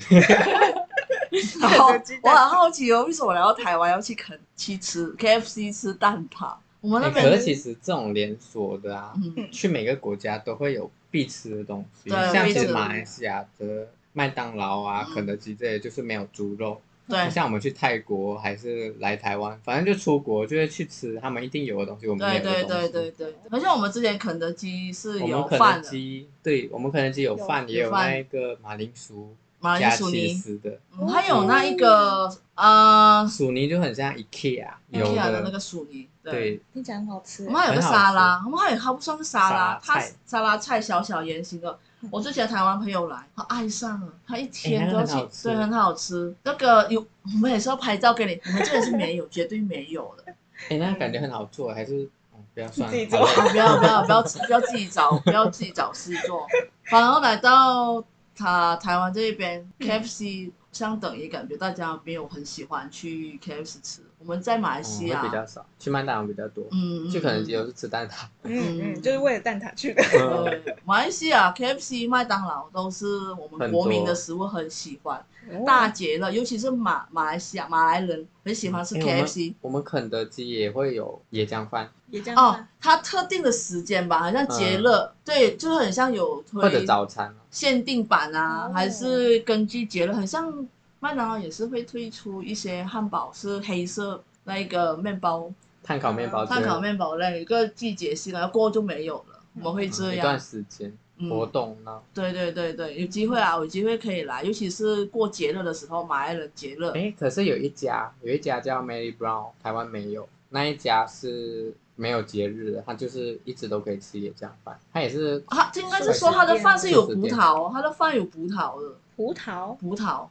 [SPEAKER 3] 然后
[SPEAKER 1] 肯德基
[SPEAKER 3] 我
[SPEAKER 1] 蛋挞
[SPEAKER 3] 很好奇哦，为什么来到台湾要去肯去吃 KFC 吃蛋挞？我们那
[SPEAKER 2] 诶
[SPEAKER 3] 边、
[SPEAKER 2] 哎可是其实这种连锁的啊，
[SPEAKER 3] 嗯，
[SPEAKER 2] 去每个国家都会有必吃的东西，
[SPEAKER 3] 对
[SPEAKER 2] 像
[SPEAKER 3] 必
[SPEAKER 2] 是
[SPEAKER 3] 吃
[SPEAKER 2] 马来西亚的麦当劳啊、
[SPEAKER 3] 嗯
[SPEAKER 2] 肯德基这些就是没有猪肉。
[SPEAKER 3] 对
[SPEAKER 2] 像我们去泰国还是来台湾，反正就出国就会去吃他们一定有的东西，我们没
[SPEAKER 3] 对
[SPEAKER 2] 有的东
[SPEAKER 3] 对
[SPEAKER 2] 西。
[SPEAKER 3] 对对对，好像我们之前肯德基是
[SPEAKER 2] 我
[SPEAKER 3] 有
[SPEAKER 2] 们肯
[SPEAKER 3] 饭
[SPEAKER 2] 德
[SPEAKER 3] 的，
[SPEAKER 2] 基，对我们肯德基有
[SPEAKER 1] 有
[SPEAKER 2] 饭，也
[SPEAKER 3] 有
[SPEAKER 2] 有
[SPEAKER 3] 饭
[SPEAKER 2] 那一个马铃薯
[SPEAKER 3] 马铃
[SPEAKER 2] 加
[SPEAKER 3] 薯
[SPEAKER 2] 起
[SPEAKER 3] 泥，
[SPEAKER 2] 司的
[SPEAKER 3] 嗯还有那一个呃
[SPEAKER 2] 薯泥，就很像 IKEA 有
[SPEAKER 3] IKEA 的那个薯泥，
[SPEAKER 2] 对，
[SPEAKER 1] 听起来很好吃
[SPEAKER 3] 我。们还有个沙拉，我们还有它不算是沙
[SPEAKER 2] 沙
[SPEAKER 3] 拉，它
[SPEAKER 2] 拉
[SPEAKER 3] 是
[SPEAKER 2] 菜
[SPEAKER 3] 沙拉菜小小圆形的。我之前台湾朋友来，他爱上了，他一天
[SPEAKER 2] 哎
[SPEAKER 3] 都要去
[SPEAKER 2] 那个很好，吃
[SPEAKER 3] 对，很好吃。那个有，我们也是要拍照给你，我们这里是没有，绝对没有的。
[SPEAKER 2] 哎，那感觉很好做，还是嗯不要算
[SPEAKER 1] 自己
[SPEAKER 2] 了，好
[SPEAKER 3] 啊
[SPEAKER 2] 了
[SPEAKER 3] 不要不要不要不要自己找，不要自己找事做。然后来到他台湾这边
[SPEAKER 1] 嗯
[SPEAKER 3] ，KFC 相等也感觉大家没有很喜欢去 KFC 吃。我们在马来西
[SPEAKER 2] 嗯
[SPEAKER 3] 亚
[SPEAKER 2] 会，比较少，去麦当劳比较多，
[SPEAKER 3] 啊嗯，
[SPEAKER 2] 去肯德基
[SPEAKER 3] 嗯
[SPEAKER 2] 都是吃蛋挞。
[SPEAKER 1] 嗯
[SPEAKER 3] 嗯
[SPEAKER 1] 嗯，就是为了蛋挞去的。
[SPEAKER 2] 嗯
[SPEAKER 3] 对，马来西亚 KFC、麦当劳都是我们国民的食物，很喜欢。大节了，尤其是马马来西亚马来人很喜欢吃
[SPEAKER 2] 嗯因为我们
[SPEAKER 3] KFC。
[SPEAKER 2] 我们肯德基也会有椰浆饭，
[SPEAKER 1] 也这样啊
[SPEAKER 3] 哦
[SPEAKER 1] 吧，
[SPEAKER 3] 它特定的时间吧，好像节日，对，就是很像有推
[SPEAKER 2] 嗯或者早餐，
[SPEAKER 3] 限定版啊，
[SPEAKER 1] 哦
[SPEAKER 3] 还是根据节日，很像麦当劳也是会推出一些汉堡是黑色那一个面包，
[SPEAKER 2] 碳烤面包之类
[SPEAKER 3] 碳
[SPEAKER 2] 的，
[SPEAKER 3] 烤面包那一个季节性的，过后就没有了。我们会
[SPEAKER 2] 嗯
[SPEAKER 3] 这
[SPEAKER 2] 一
[SPEAKER 3] 样
[SPEAKER 2] 段，时间
[SPEAKER 3] 嗯。
[SPEAKER 2] 活动呢。
[SPEAKER 3] 对对对对，有机会啊，有机会可以来，尤其是过节日的时候，马来人节日，
[SPEAKER 2] 哎，可是有一家，有一家叫 Mary Brown，台湾没有，那一家是没有节日的，它就是一直都可以吃椰浆饭，它也是
[SPEAKER 3] 他啊应该是说他的饭是有葡萄，他的饭有葡萄的，
[SPEAKER 1] 葡萄
[SPEAKER 3] 葡萄，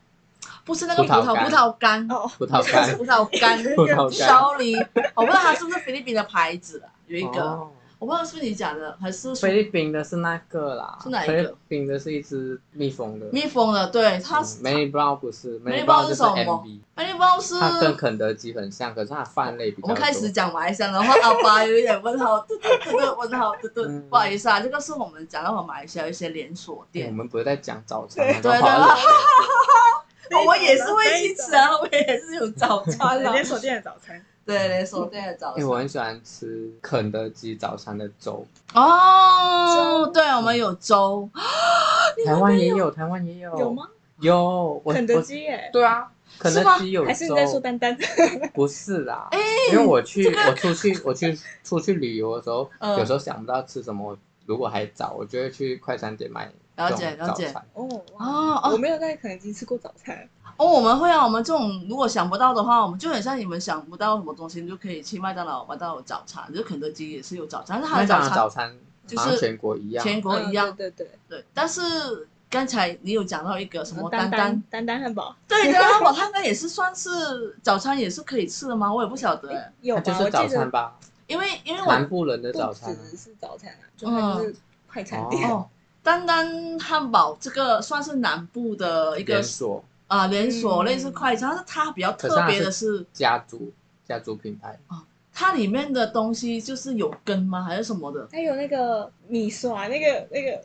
[SPEAKER 3] 不是那个葡
[SPEAKER 2] 葡萄
[SPEAKER 3] 萄，
[SPEAKER 2] 干
[SPEAKER 3] 葡萄干，
[SPEAKER 1] 哦，，
[SPEAKER 2] 葡萄
[SPEAKER 3] 它
[SPEAKER 2] 干，
[SPEAKER 3] 是葡萄干
[SPEAKER 2] 葡萄干，
[SPEAKER 3] ，sorry，我不知道它是不是菲律宾的牌子啊，有一个，
[SPEAKER 2] 哦
[SPEAKER 3] 我不知道是不是你讲的，还是
[SPEAKER 2] 菲律宾的是那个啦，
[SPEAKER 3] 是哪一个
[SPEAKER 2] 菲律宾的是一只蜜蜂的，
[SPEAKER 3] 蜜蜂的，对，哎它
[SPEAKER 2] 嗯 Mary Brown 不是
[SPEAKER 3] Mary
[SPEAKER 2] ，Mary
[SPEAKER 3] Brown 是
[SPEAKER 2] 就是
[SPEAKER 3] 什么
[SPEAKER 2] MB，
[SPEAKER 3] 那地方是。
[SPEAKER 2] 它跟肯德基很像，可是它的饭类比较多。
[SPEAKER 3] 我们开始讲马来西亚，然后阿巴有一点问号，对对对对，问号，对对，
[SPEAKER 2] 嗯
[SPEAKER 3] 不好意思啊，这个是我们讲到我们马来西亚一些连锁
[SPEAKER 2] 哎
[SPEAKER 3] 店
[SPEAKER 2] 我，们不是在讲早餐吗，都
[SPEAKER 3] 对
[SPEAKER 2] 跑到冷
[SPEAKER 3] 对
[SPEAKER 2] 点
[SPEAKER 3] 哦我也是会去吃啊，我也是有早餐啦。
[SPEAKER 1] 连锁店的早餐，
[SPEAKER 3] 对，连锁店的早
[SPEAKER 2] 哎、
[SPEAKER 3] 餐。
[SPEAKER 2] 我很喜欢吃肯德基早餐的粥，
[SPEAKER 3] 哦，对，我们有粥，
[SPEAKER 2] 台湾也有，台湾也有，
[SPEAKER 1] 有？吗？
[SPEAKER 2] 有，哦我
[SPEAKER 1] 肯德基耶
[SPEAKER 2] 我，对啊，肯
[SPEAKER 3] 是
[SPEAKER 2] 德
[SPEAKER 3] 吗
[SPEAKER 2] 基有粥，
[SPEAKER 1] 还是你在说丹丹？
[SPEAKER 2] 不是啦，
[SPEAKER 3] 哎
[SPEAKER 2] 因为我去，我出去，我去出去旅游的时候，
[SPEAKER 3] 嗯
[SPEAKER 2] 有时候想不到吃什么，如果还早，我就会去快餐店买
[SPEAKER 3] 了
[SPEAKER 2] 这
[SPEAKER 3] 解
[SPEAKER 2] 种
[SPEAKER 3] 了
[SPEAKER 2] 早
[SPEAKER 3] 解
[SPEAKER 2] 餐。
[SPEAKER 1] 哦哇
[SPEAKER 3] 哦哦
[SPEAKER 1] 我没有在肯德基吃过早餐，
[SPEAKER 3] 哦，我们会啊，我们这种如果想不到的话，我们就很像你们想不到什么东西，你就可以去麦当劳、麦当劳早餐，就是肯德基也是有早餐，但是它
[SPEAKER 2] 麦
[SPEAKER 3] 的
[SPEAKER 2] 当
[SPEAKER 3] 早
[SPEAKER 2] 劳
[SPEAKER 3] 餐
[SPEAKER 2] 早餐
[SPEAKER 3] 就是
[SPEAKER 2] 好像全国一样，
[SPEAKER 3] 全国一样
[SPEAKER 1] 嗯，对对对，
[SPEAKER 3] 对。但是刚才你有讲到一个什么
[SPEAKER 1] 丹
[SPEAKER 3] 丹
[SPEAKER 1] 丹
[SPEAKER 3] 丹，
[SPEAKER 1] 丹丹汉堡
[SPEAKER 3] 对，丹丹堡它应该也是算是早餐也是可以吃的吗？我也不晓得哎。
[SPEAKER 1] 有吧？
[SPEAKER 2] 它
[SPEAKER 1] 我
[SPEAKER 2] 就是
[SPEAKER 1] 记
[SPEAKER 2] 早
[SPEAKER 1] 得
[SPEAKER 2] 餐吧。
[SPEAKER 3] 因为因为
[SPEAKER 2] 南
[SPEAKER 3] 我
[SPEAKER 2] 部人的早餐啊
[SPEAKER 1] 不只是早餐啊，就它就是快餐店。
[SPEAKER 3] 哦，单单汉堡这个算是南部的一个
[SPEAKER 2] 连锁
[SPEAKER 3] 啊、连锁
[SPEAKER 1] 嗯
[SPEAKER 3] 类似快餐，但是它比较
[SPEAKER 2] 可是
[SPEAKER 3] 特
[SPEAKER 2] 它
[SPEAKER 3] 别的
[SPEAKER 2] 是
[SPEAKER 3] 是
[SPEAKER 2] 家族家族品牌，
[SPEAKER 3] 它里面的东西就是有根吗？还是什 么的？
[SPEAKER 1] 还有那个米刷，那个那个，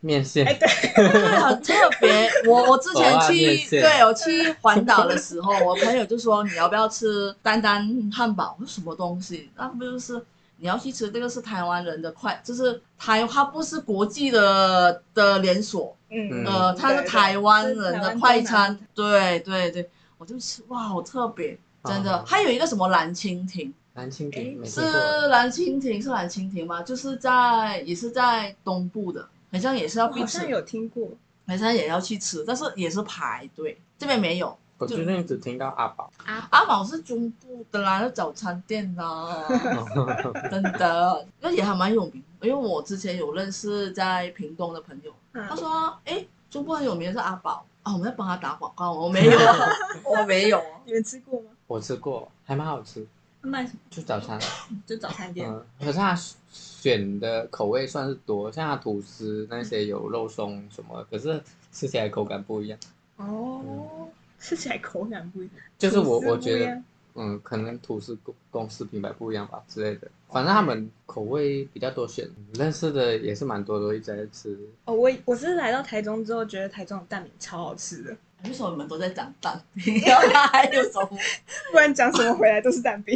[SPEAKER 2] 面线
[SPEAKER 1] 哎，对，
[SPEAKER 3] 对，很特别。我我之前
[SPEAKER 2] 口岸面
[SPEAKER 3] 去，
[SPEAKER 2] 线
[SPEAKER 3] 对我去环岛的时候，我朋友就说你要不要吃丹丹汉堡？我说什么东西？那不就是你要去吃这个是台湾人的快，就是台它不是国际的的连锁，
[SPEAKER 1] 嗯，
[SPEAKER 3] 呃，它是
[SPEAKER 1] 对对
[SPEAKER 3] 台湾人
[SPEAKER 1] 是台
[SPEAKER 3] 的
[SPEAKER 1] 湾
[SPEAKER 3] 快
[SPEAKER 1] 东南
[SPEAKER 3] 餐，对对对，我就吃哇，好特别，真的。
[SPEAKER 2] 哦
[SPEAKER 3] 还有一个什么蓝蜻蜓，
[SPEAKER 2] 蓝蜻蜓
[SPEAKER 1] 哎
[SPEAKER 2] 没
[SPEAKER 3] 是
[SPEAKER 2] 听过，
[SPEAKER 3] 蓝蜻蜓是蓝蜻蜓吗？就是在也是在东部的，好像也是要
[SPEAKER 1] 我
[SPEAKER 3] 必
[SPEAKER 1] 哦好
[SPEAKER 3] 吃
[SPEAKER 1] 像，有听过，
[SPEAKER 3] 好像也要去吃，但是也是排队，这边没有。
[SPEAKER 2] 我最近只听到阿宝，
[SPEAKER 3] 阿宝是中部的啦，是早餐店啦，真的，那也还蛮有名。因为我之前有认识在屏东的朋友，他
[SPEAKER 1] 他
[SPEAKER 3] 说：“哎，中部很有名的是阿宝啊，我们在帮他打广告，我没有，我没有。
[SPEAKER 1] 你们吃过吗？
[SPEAKER 2] 我吃过，还蛮好吃，
[SPEAKER 1] 卖什么？
[SPEAKER 2] 就早餐。
[SPEAKER 1] 就早餐店。
[SPEAKER 2] 嗯，可是它选的口味算是多，像它吐司那些有肉松什么，可是吃起来口感不一样。
[SPEAKER 1] 哦，吃起来口感不一样，
[SPEAKER 2] 就是我
[SPEAKER 1] 吐司
[SPEAKER 2] 我觉
[SPEAKER 1] 不一
[SPEAKER 2] 得
[SPEAKER 1] 样，
[SPEAKER 2] 嗯，可能吐司公公司品牌不一样吧之类的，反正他们口味比较多选，认识的也是蛮多的，都一直在吃。
[SPEAKER 1] 哦，我我是来到台中之后，觉得台中的蛋饼超好吃的，
[SPEAKER 3] 为什么你们都在长蛋？ 你要还有什么？
[SPEAKER 1] 不然讲什么回来都是蛋饼。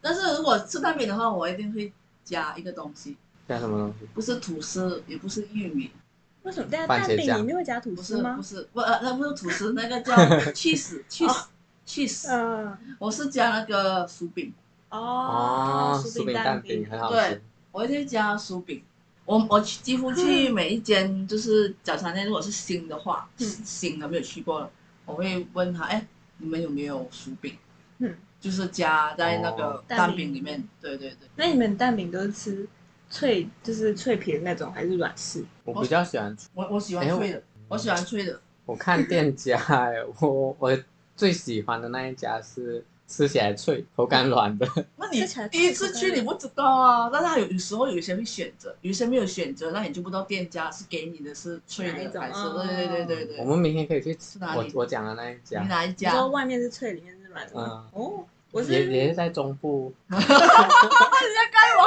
[SPEAKER 3] 但是如果吃蛋饼的话，我一定会加一个东西，
[SPEAKER 2] 像什么东西？
[SPEAKER 3] 不是吐司，也不是玉米，
[SPEAKER 1] 为什么？但
[SPEAKER 2] 番
[SPEAKER 1] 蛋
[SPEAKER 2] 茄
[SPEAKER 1] 饼
[SPEAKER 2] 酱
[SPEAKER 1] 里面会加吐
[SPEAKER 3] 不
[SPEAKER 1] 司
[SPEAKER 3] 是
[SPEAKER 1] 吗
[SPEAKER 3] 不？是不呃那不是吐 司，那个叫 cheese
[SPEAKER 1] 哦
[SPEAKER 3] cheese cheese，
[SPEAKER 1] 嗯，
[SPEAKER 3] 我是加那个薯饼，
[SPEAKER 1] 哦，
[SPEAKER 2] 酥饼
[SPEAKER 1] 蛋
[SPEAKER 2] 蛋饼很好
[SPEAKER 3] 对
[SPEAKER 2] 吃。
[SPEAKER 3] 我一定加薯饼。我我去几 乎去每一间就是早餐店，如果是新的话，
[SPEAKER 1] 嗯
[SPEAKER 3] 新的没有去过了，我会问他，哎，你们有没有薯饼？
[SPEAKER 1] 嗯，
[SPEAKER 3] 就是加在那个
[SPEAKER 2] 哦
[SPEAKER 3] 蛋
[SPEAKER 1] 蛋
[SPEAKER 3] 饼
[SPEAKER 1] 饼
[SPEAKER 3] 里面，对对对。
[SPEAKER 1] 那你们蛋饼都是吃脆，就是脆皮的那种，还是软式？
[SPEAKER 2] 我比较喜欢，
[SPEAKER 3] 我我喜欢
[SPEAKER 2] 哎我
[SPEAKER 3] 脆的，我喜欢脆的。
[SPEAKER 2] 我看店家、哎，我我最喜欢的那一家是吃起来脆、口感软的。
[SPEAKER 3] 那你
[SPEAKER 1] 吃起来
[SPEAKER 3] 第一次
[SPEAKER 1] 脆
[SPEAKER 3] 去
[SPEAKER 1] 脆的
[SPEAKER 3] 你不知道啊，但是他有有时候有一些会选择，有一些没有选择，那你就不知道店家是给你的是脆
[SPEAKER 1] 哪一
[SPEAKER 3] 的
[SPEAKER 1] 种
[SPEAKER 3] 还是
[SPEAKER 1] 哦
[SPEAKER 3] 对对对对
[SPEAKER 2] 我
[SPEAKER 3] 对。
[SPEAKER 2] 们明天可以去吃
[SPEAKER 3] 是哪
[SPEAKER 2] 我
[SPEAKER 3] 里
[SPEAKER 2] 我讲的那一家
[SPEAKER 3] 你。哪一
[SPEAKER 1] 你说
[SPEAKER 3] 家？
[SPEAKER 1] 外面是脆，里面是软的吗？
[SPEAKER 2] 嗯
[SPEAKER 1] 哦，我是
[SPEAKER 2] 也也是在中部，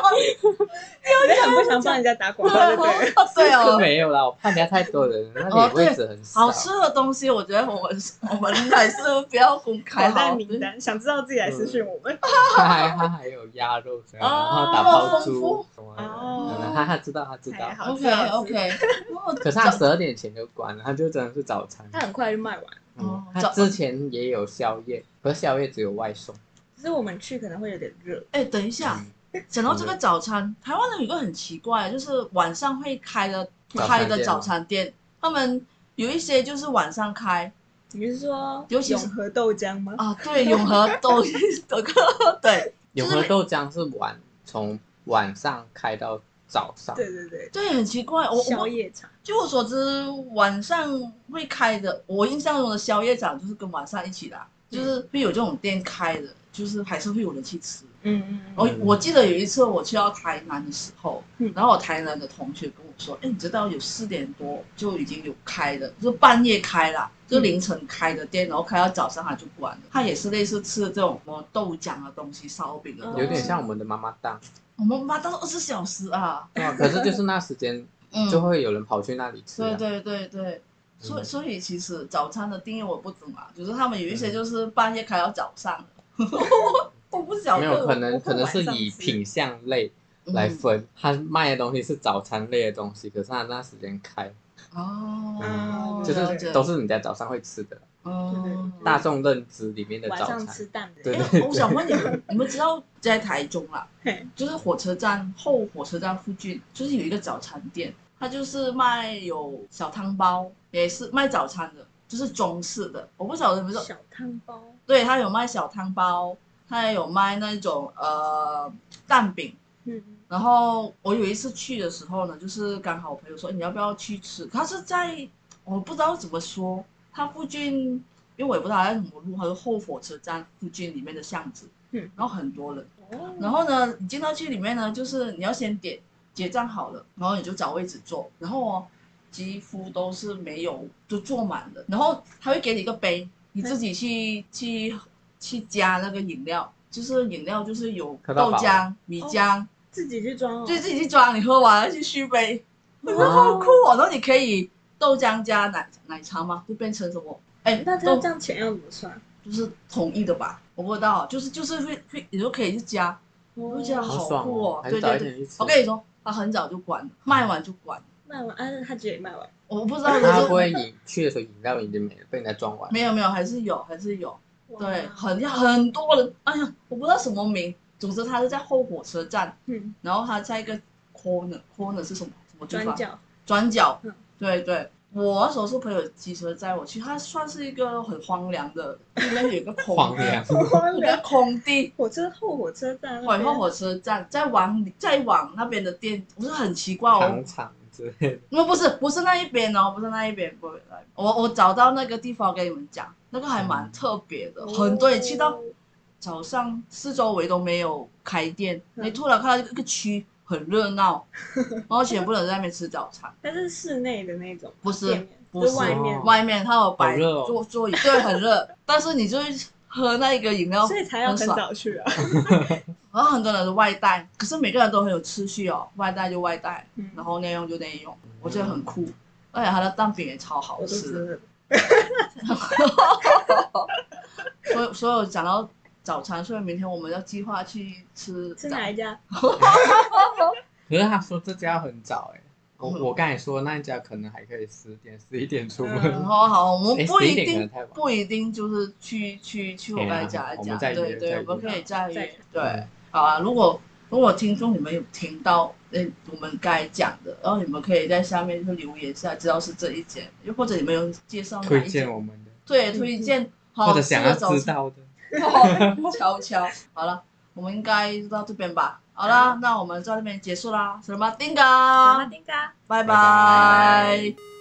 [SPEAKER 1] 你很不想帮人家打广 告，对不 对？
[SPEAKER 3] 哦 对
[SPEAKER 2] 这
[SPEAKER 3] 哦，
[SPEAKER 2] 没有啦，我怕人家太多 人，那
[SPEAKER 3] 哦
[SPEAKER 2] 里
[SPEAKER 3] 对
[SPEAKER 2] 位置很少。
[SPEAKER 3] 好吃的东西，我觉得我们我们还是不要公 开
[SPEAKER 1] 还在
[SPEAKER 3] 好。
[SPEAKER 1] 名单，想知道自己来私讯我们。
[SPEAKER 2] 他还他还有鸭肉这样，
[SPEAKER 1] 哦
[SPEAKER 2] 然后打包
[SPEAKER 3] 丰富
[SPEAKER 2] 猪什么的，
[SPEAKER 1] 哦
[SPEAKER 2] 嗯他他知道他知道
[SPEAKER 1] 还，好吃
[SPEAKER 3] OK
[SPEAKER 1] 好吃
[SPEAKER 3] OK，哦
[SPEAKER 2] 可是他十二点前就关了，他就真的是早餐
[SPEAKER 1] 它。很快就卖完。
[SPEAKER 2] 嗯
[SPEAKER 3] 哦，
[SPEAKER 2] 他
[SPEAKER 3] 早
[SPEAKER 2] 之前也有宵夜，可是宵夜只有外送。
[SPEAKER 1] 只是我们去可能会有点热，
[SPEAKER 3] 哎，等一下，
[SPEAKER 2] 嗯
[SPEAKER 3] 讲到这个早餐，台湾人有一个很奇怪，就是晚上会开的
[SPEAKER 2] 早餐店
[SPEAKER 3] 开的早餐店，他们有一些就是晚上开
[SPEAKER 1] 你是说
[SPEAKER 3] 尤其是
[SPEAKER 1] 永和豆浆吗？
[SPEAKER 3] 啊，对，永和豆 豆哥，对
[SPEAKER 2] 永和豆浆是晚从晚上开到早上，
[SPEAKER 1] 对对对，
[SPEAKER 3] 对，很奇哦怪，我
[SPEAKER 1] 宵
[SPEAKER 3] 我
[SPEAKER 1] 夜场
[SPEAKER 3] 据我所知，晚上会开的，我印象中的宵夜场就是跟晚上一起的啊，
[SPEAKER 1] 嗯
[SPEAKER 3] 就是会有这种店开的，就是还是会有人去吃。
[SPEAKER 1] 嗯嗯
[SPEAKER 3] 我
[SPEAKER 1] 嗯，
[SPEAKER 2] 嗯
[SPEAKER 3] 我记得有一次我去到台南的时候，
[SPEAKER 1] 嗯
[SPEAKER 3] 然后我台南的同学跟我说，哎，你知道有四点多就已经有开的，就是半夜开啦，就凌晨开的
[SPEAKER 1] 嗯
[SPEAKER 3] 店，然后开到早上它就关了。它也是类似吃这种什么豆浆的东西、烧饼的东西，
[SPEAKER 2] 有点像我们的妈妈档，
[SPEAKER 3] 我们妈到二十小时啊，
[SPEAKER 2] 对吧可是就是那时 间
[SPEAKER 3] 嗯，
[SPEAKER 2] 就会有人跑去那里吃啊。
[SPEAKER 3] 对对对对。所以，
[SPEAKER 2] 嗯
[SPEAKER 3] 所以其实早餐的定义我不懂啊，就是他们有一些就是半夜开到早上， 我不晓得。
[SPEAKER 2] 没有可
[SPEAKER 1] 我
[SPEAKER 2] 能，
[SPEAKER 1] 会
[SPEAKER 2] 可能是
[SPEAKER 1] 晚上
[SPEAKER 2] 以
[SPEAKER 1] 吃
[SPEAKER 2] 品相类
[SPEAKER 3] 嗯
[SPEAKER 2] 来分，他卖的东西是早餐类的东西，可是他那时间开，
[SPEAKER 3] 哦
[SPEAKER 1] 嗯，
[SPEAKER 2] 就
[SPEAKER 3] 了
[SPEAKER 2] 是
[SPEAKER 3] 解
[SPEAKER 2] 都是你在早上会吃的，
[SPEAKER 3] 哦
[SPEAKER 1] 对
[SPEAKER 2] 大众认知里面的
[SPEAKER 1] 晚
[SPEAKER 2] 早
[SPEAKER 1] 上
[SPEAKER 2] 餐。
[SPEAKER 1] 吃蛋饼，
[SPEAKER 2] 对
[SPEAKER 3] 哎、我想问你们，你们知道在台中啦，
[SPEAKER 1] 嘿
[SPEAKER 3] 就是火车站后火车站附近，就是有一个早餐店，它就是卖有小汤包，也是卖早餐的，就是中式的。我不晓得你们说，
[SPEAKER 1] 小汤包，
[SPEAKER 3] 对，它有卖小汤包，它也有卖那种呃蛋饼。
[SPEAKER 1] 嗯，
[SPEAKER 3] 然后我有一次去的时候呢，就是刚好我朋友说、哎你要不要去吃，他是在我不知道怎么说，他附近，因为我也不知道他在什么路，他说后火车站附近里面的巷子，
[SPEAKER 1] 嗯，
[SPEAKER 3] 然后很多人，
[SPEAKER 1] 哦
[SPEAKER 3] 然后呢，你进到去里面呢，就是你要先点结账好了，然后你就找位置坐，然后哦，几乎都是没有就坐满了，然后他会给你一个杯，你自己
[SPEAKER 1] 嗯
[SPEAKER 3] 去去去加那个饮料，就是饮料就是有
[SPEAKER 2] 喝到
[SPEAKER 3] 豆
[SPEAKER 2] 饱
[SPEAKER 3] 浆、米
[SPEAKER 1] 哦
[SPEAKER 3] 浆。
[SPEAKER 1] 自己去装哦，
[SPEAKER 3] 就自己去装，你喝完了去续杯，我
[SPEAKER 1] 嗯
[SPEAKER 3] 觉得好酷哦。然后你可以豆浆加奶奶茶嘛，就变成什么？哎，
[SPEAKER 1] 那
[SPEAKER 3] 豆
[SPEAKER 1] 他这样钱要怎么算？
[SPEAKER 3] 就是统一的吧？我不知道，就是就是会会，你就可以去加，我就觉得
[SPEAKER 1] 哦
[SPEAKER 2] 好
[SPEAKER 3] 好
[SPEAKER 2] 爽
[SPEAKER 3] 酷
[SPEAKER 2] 哦，
[SPEAKER 3] 对
[SPEAKER 2] 很早
[SPEAKER 3] 对
[SPEAKER 2] 一
[SPEAKER 3] 对，
[SPEAKER 2] 点去吃嗯
[SPEAKER 3] 我。跟你说，他很早就关了，卖完就关了。
[SPEAKER 1] 卖完，啊，那他自己卖完，
[SPEAKER 3] 我不知道，
[SPEAKER 2] 他会不
[SPEAKER 3] 就是
[SPEAKER 2] 会你去的时候饮料已经没了，被人家装完？
[SPEAKER 3] 没有没有，还是有还是有，对，
[SPEAKER 1] 哇，
[SPEAKER 3] 很很多人，哎呀，我不知道什么名，总之他是在后火车站，
[SPEAKER 1] 嗯，
[SPEAKER 3] 然后他在一个 corner corner 是什么什么地
[SPEAKER 1] 转
[SPEAKER 3] 方？
[SPEAKER 1] 角，
[SPEAKER 3] 转角，
[SPEAKER 1] 嗯
[SPEAKER 3] 对对。我那时候是朋友骑车载我去，它算是一个很荒凉的，里面有一个
[SPEAKER 1] 哦
[SPEAKER 3] 空
[SPEAKER 2] 荒凉，
[SPEAKER 3] 有一 个空地，
[SPEAKER 1] 火车后火车站那
[SPEAKER 3] 然
[SPEAKER 1] 边，
[SPEAKER 3] 后火车站，再往再往那边的店，我是很奇怪哦
[SPEAKER 2] 糖，厂之类的。
[SPEAKER 3] 那不是不是那一边哦，不是那一边，不是那一边我我找到那个地方跟你们讲，那个还
[SPEAKER 2] 嗯
[SPEAKER 3] 蛮特别的，很多人去到
[SPEAKER 1] 哦
[SPEAKER 3] 早上四周围都没有开店，
[SPEAKER 1] 嗯
[SPEAKER 3] 你突然看到一个区很热 闹，然后全部人在那边吃早餐。
[SPEAKER 1] 但是室内的那种，
[SPEAKER 3] 不是
[SPEAKER 1] 店面
[SPEAKER 3] 不是
[SPEAKER 1] 就外面
[SPEAKER 2] 哦，
[SPEAKER 3] 外面它有摆
[SPEAKER 2] 好热哦
[SPEAKER 3] 座座椅，对，很热， 但是你就会喝那个饮料
[SPEAKER 1] 所，以才要很
[SPEAKER 3] 很爽
[SPEAKER 1] 早去 啊。
[SPEAKER 3] 然后很多人都外带，可是每个人都很有秩序哦，外带就外带，
[SPEAKER 1] 嗯
[SPEAKER 3] 然后内用就内用，我觉得很酷，而且它的蛋饼也超好
[SPEAKER 1] 我都
[SPEAKER 3] 吃
[SPEAKER 1] 吃
[SPEAKER 3] 的，
[SPEAKER 1] 了，
[SPEAKER 3] 所以所以我讲到早餐，所以明天我们要计划去吃
[SPEAKER 1] 吃
[SPEAKER 3] 早
[SPEAKER 1] 哪一家？
[SPEAKER 2] 可是他说这家很早 哎、我
[SPEAKER 3] 嗯
[SPEAKER 2] 我刚才说那一家可能还可以十点十一点出门，
[SPEAKER 1] 嗯
[SPEAKER 3] 然后好，啊我们
[SPEAKER 2] 诶
[SPEAKER 3] 不一
[SPEAKER 2] 11点可
[SPEAKER 3] 定
[SPEAKER 2] 啊能太晚
[SPEAKER 3] 不一定就是去去去我
[SPEAKER 2] 对啊
[SPEAKER 3] 该家
[SPEAKER 2] 我
[SPEAKER 3] 家，
[SPEAKER 2] 们再约
[SPEAKER 3] 对
[SPEAKER 2] 再
[SPEAKER 3] 对，
[SPEAKER 2] 约
[SPEAKER 3] 我们可以再
[SPEAKER 1] 再
[SPEAKER 3] 约
[SPEAKER 1] 约，
[SPEAKER 3] 对，好啊。如果如果听众你们有听到诶我们该讲的，然后你们可以在下面就留言一下，知道是这一间，又或者你们有介绍哪
[SPEAKER 2] 推
[SPEAKER 3] 一间
[SPEAKER 2] 荐，我们的，
[SPEAKER 3] 对，推荐
[SPEAKER 2] 或
[SPEAKER 3] 好
[SPEAKER 2] 者
[SPEAKER 3] 吃
[SPEAKER 2] 想
[SPEAKER 3] 的
[SPEAKER 2] 要
[SPEAKER 3] 早
[SPEAKER 2] 知
[SPEAKER 3] 餐，
[SPEAKER 2] 道的，
[SPEAKER 3] 悄悄。好了，我们应该就到这边吧。好嗯啦，那我们到这边结束啦，什么丁
[SPEAKER 1] 马
[SPEAKER 3] 嘎，
[SPEAKER 1] 丁嘎。
[SPEAKER 3] 拜
[SPEAKER 2] 拜拜
[SPEAKER 3] 拜。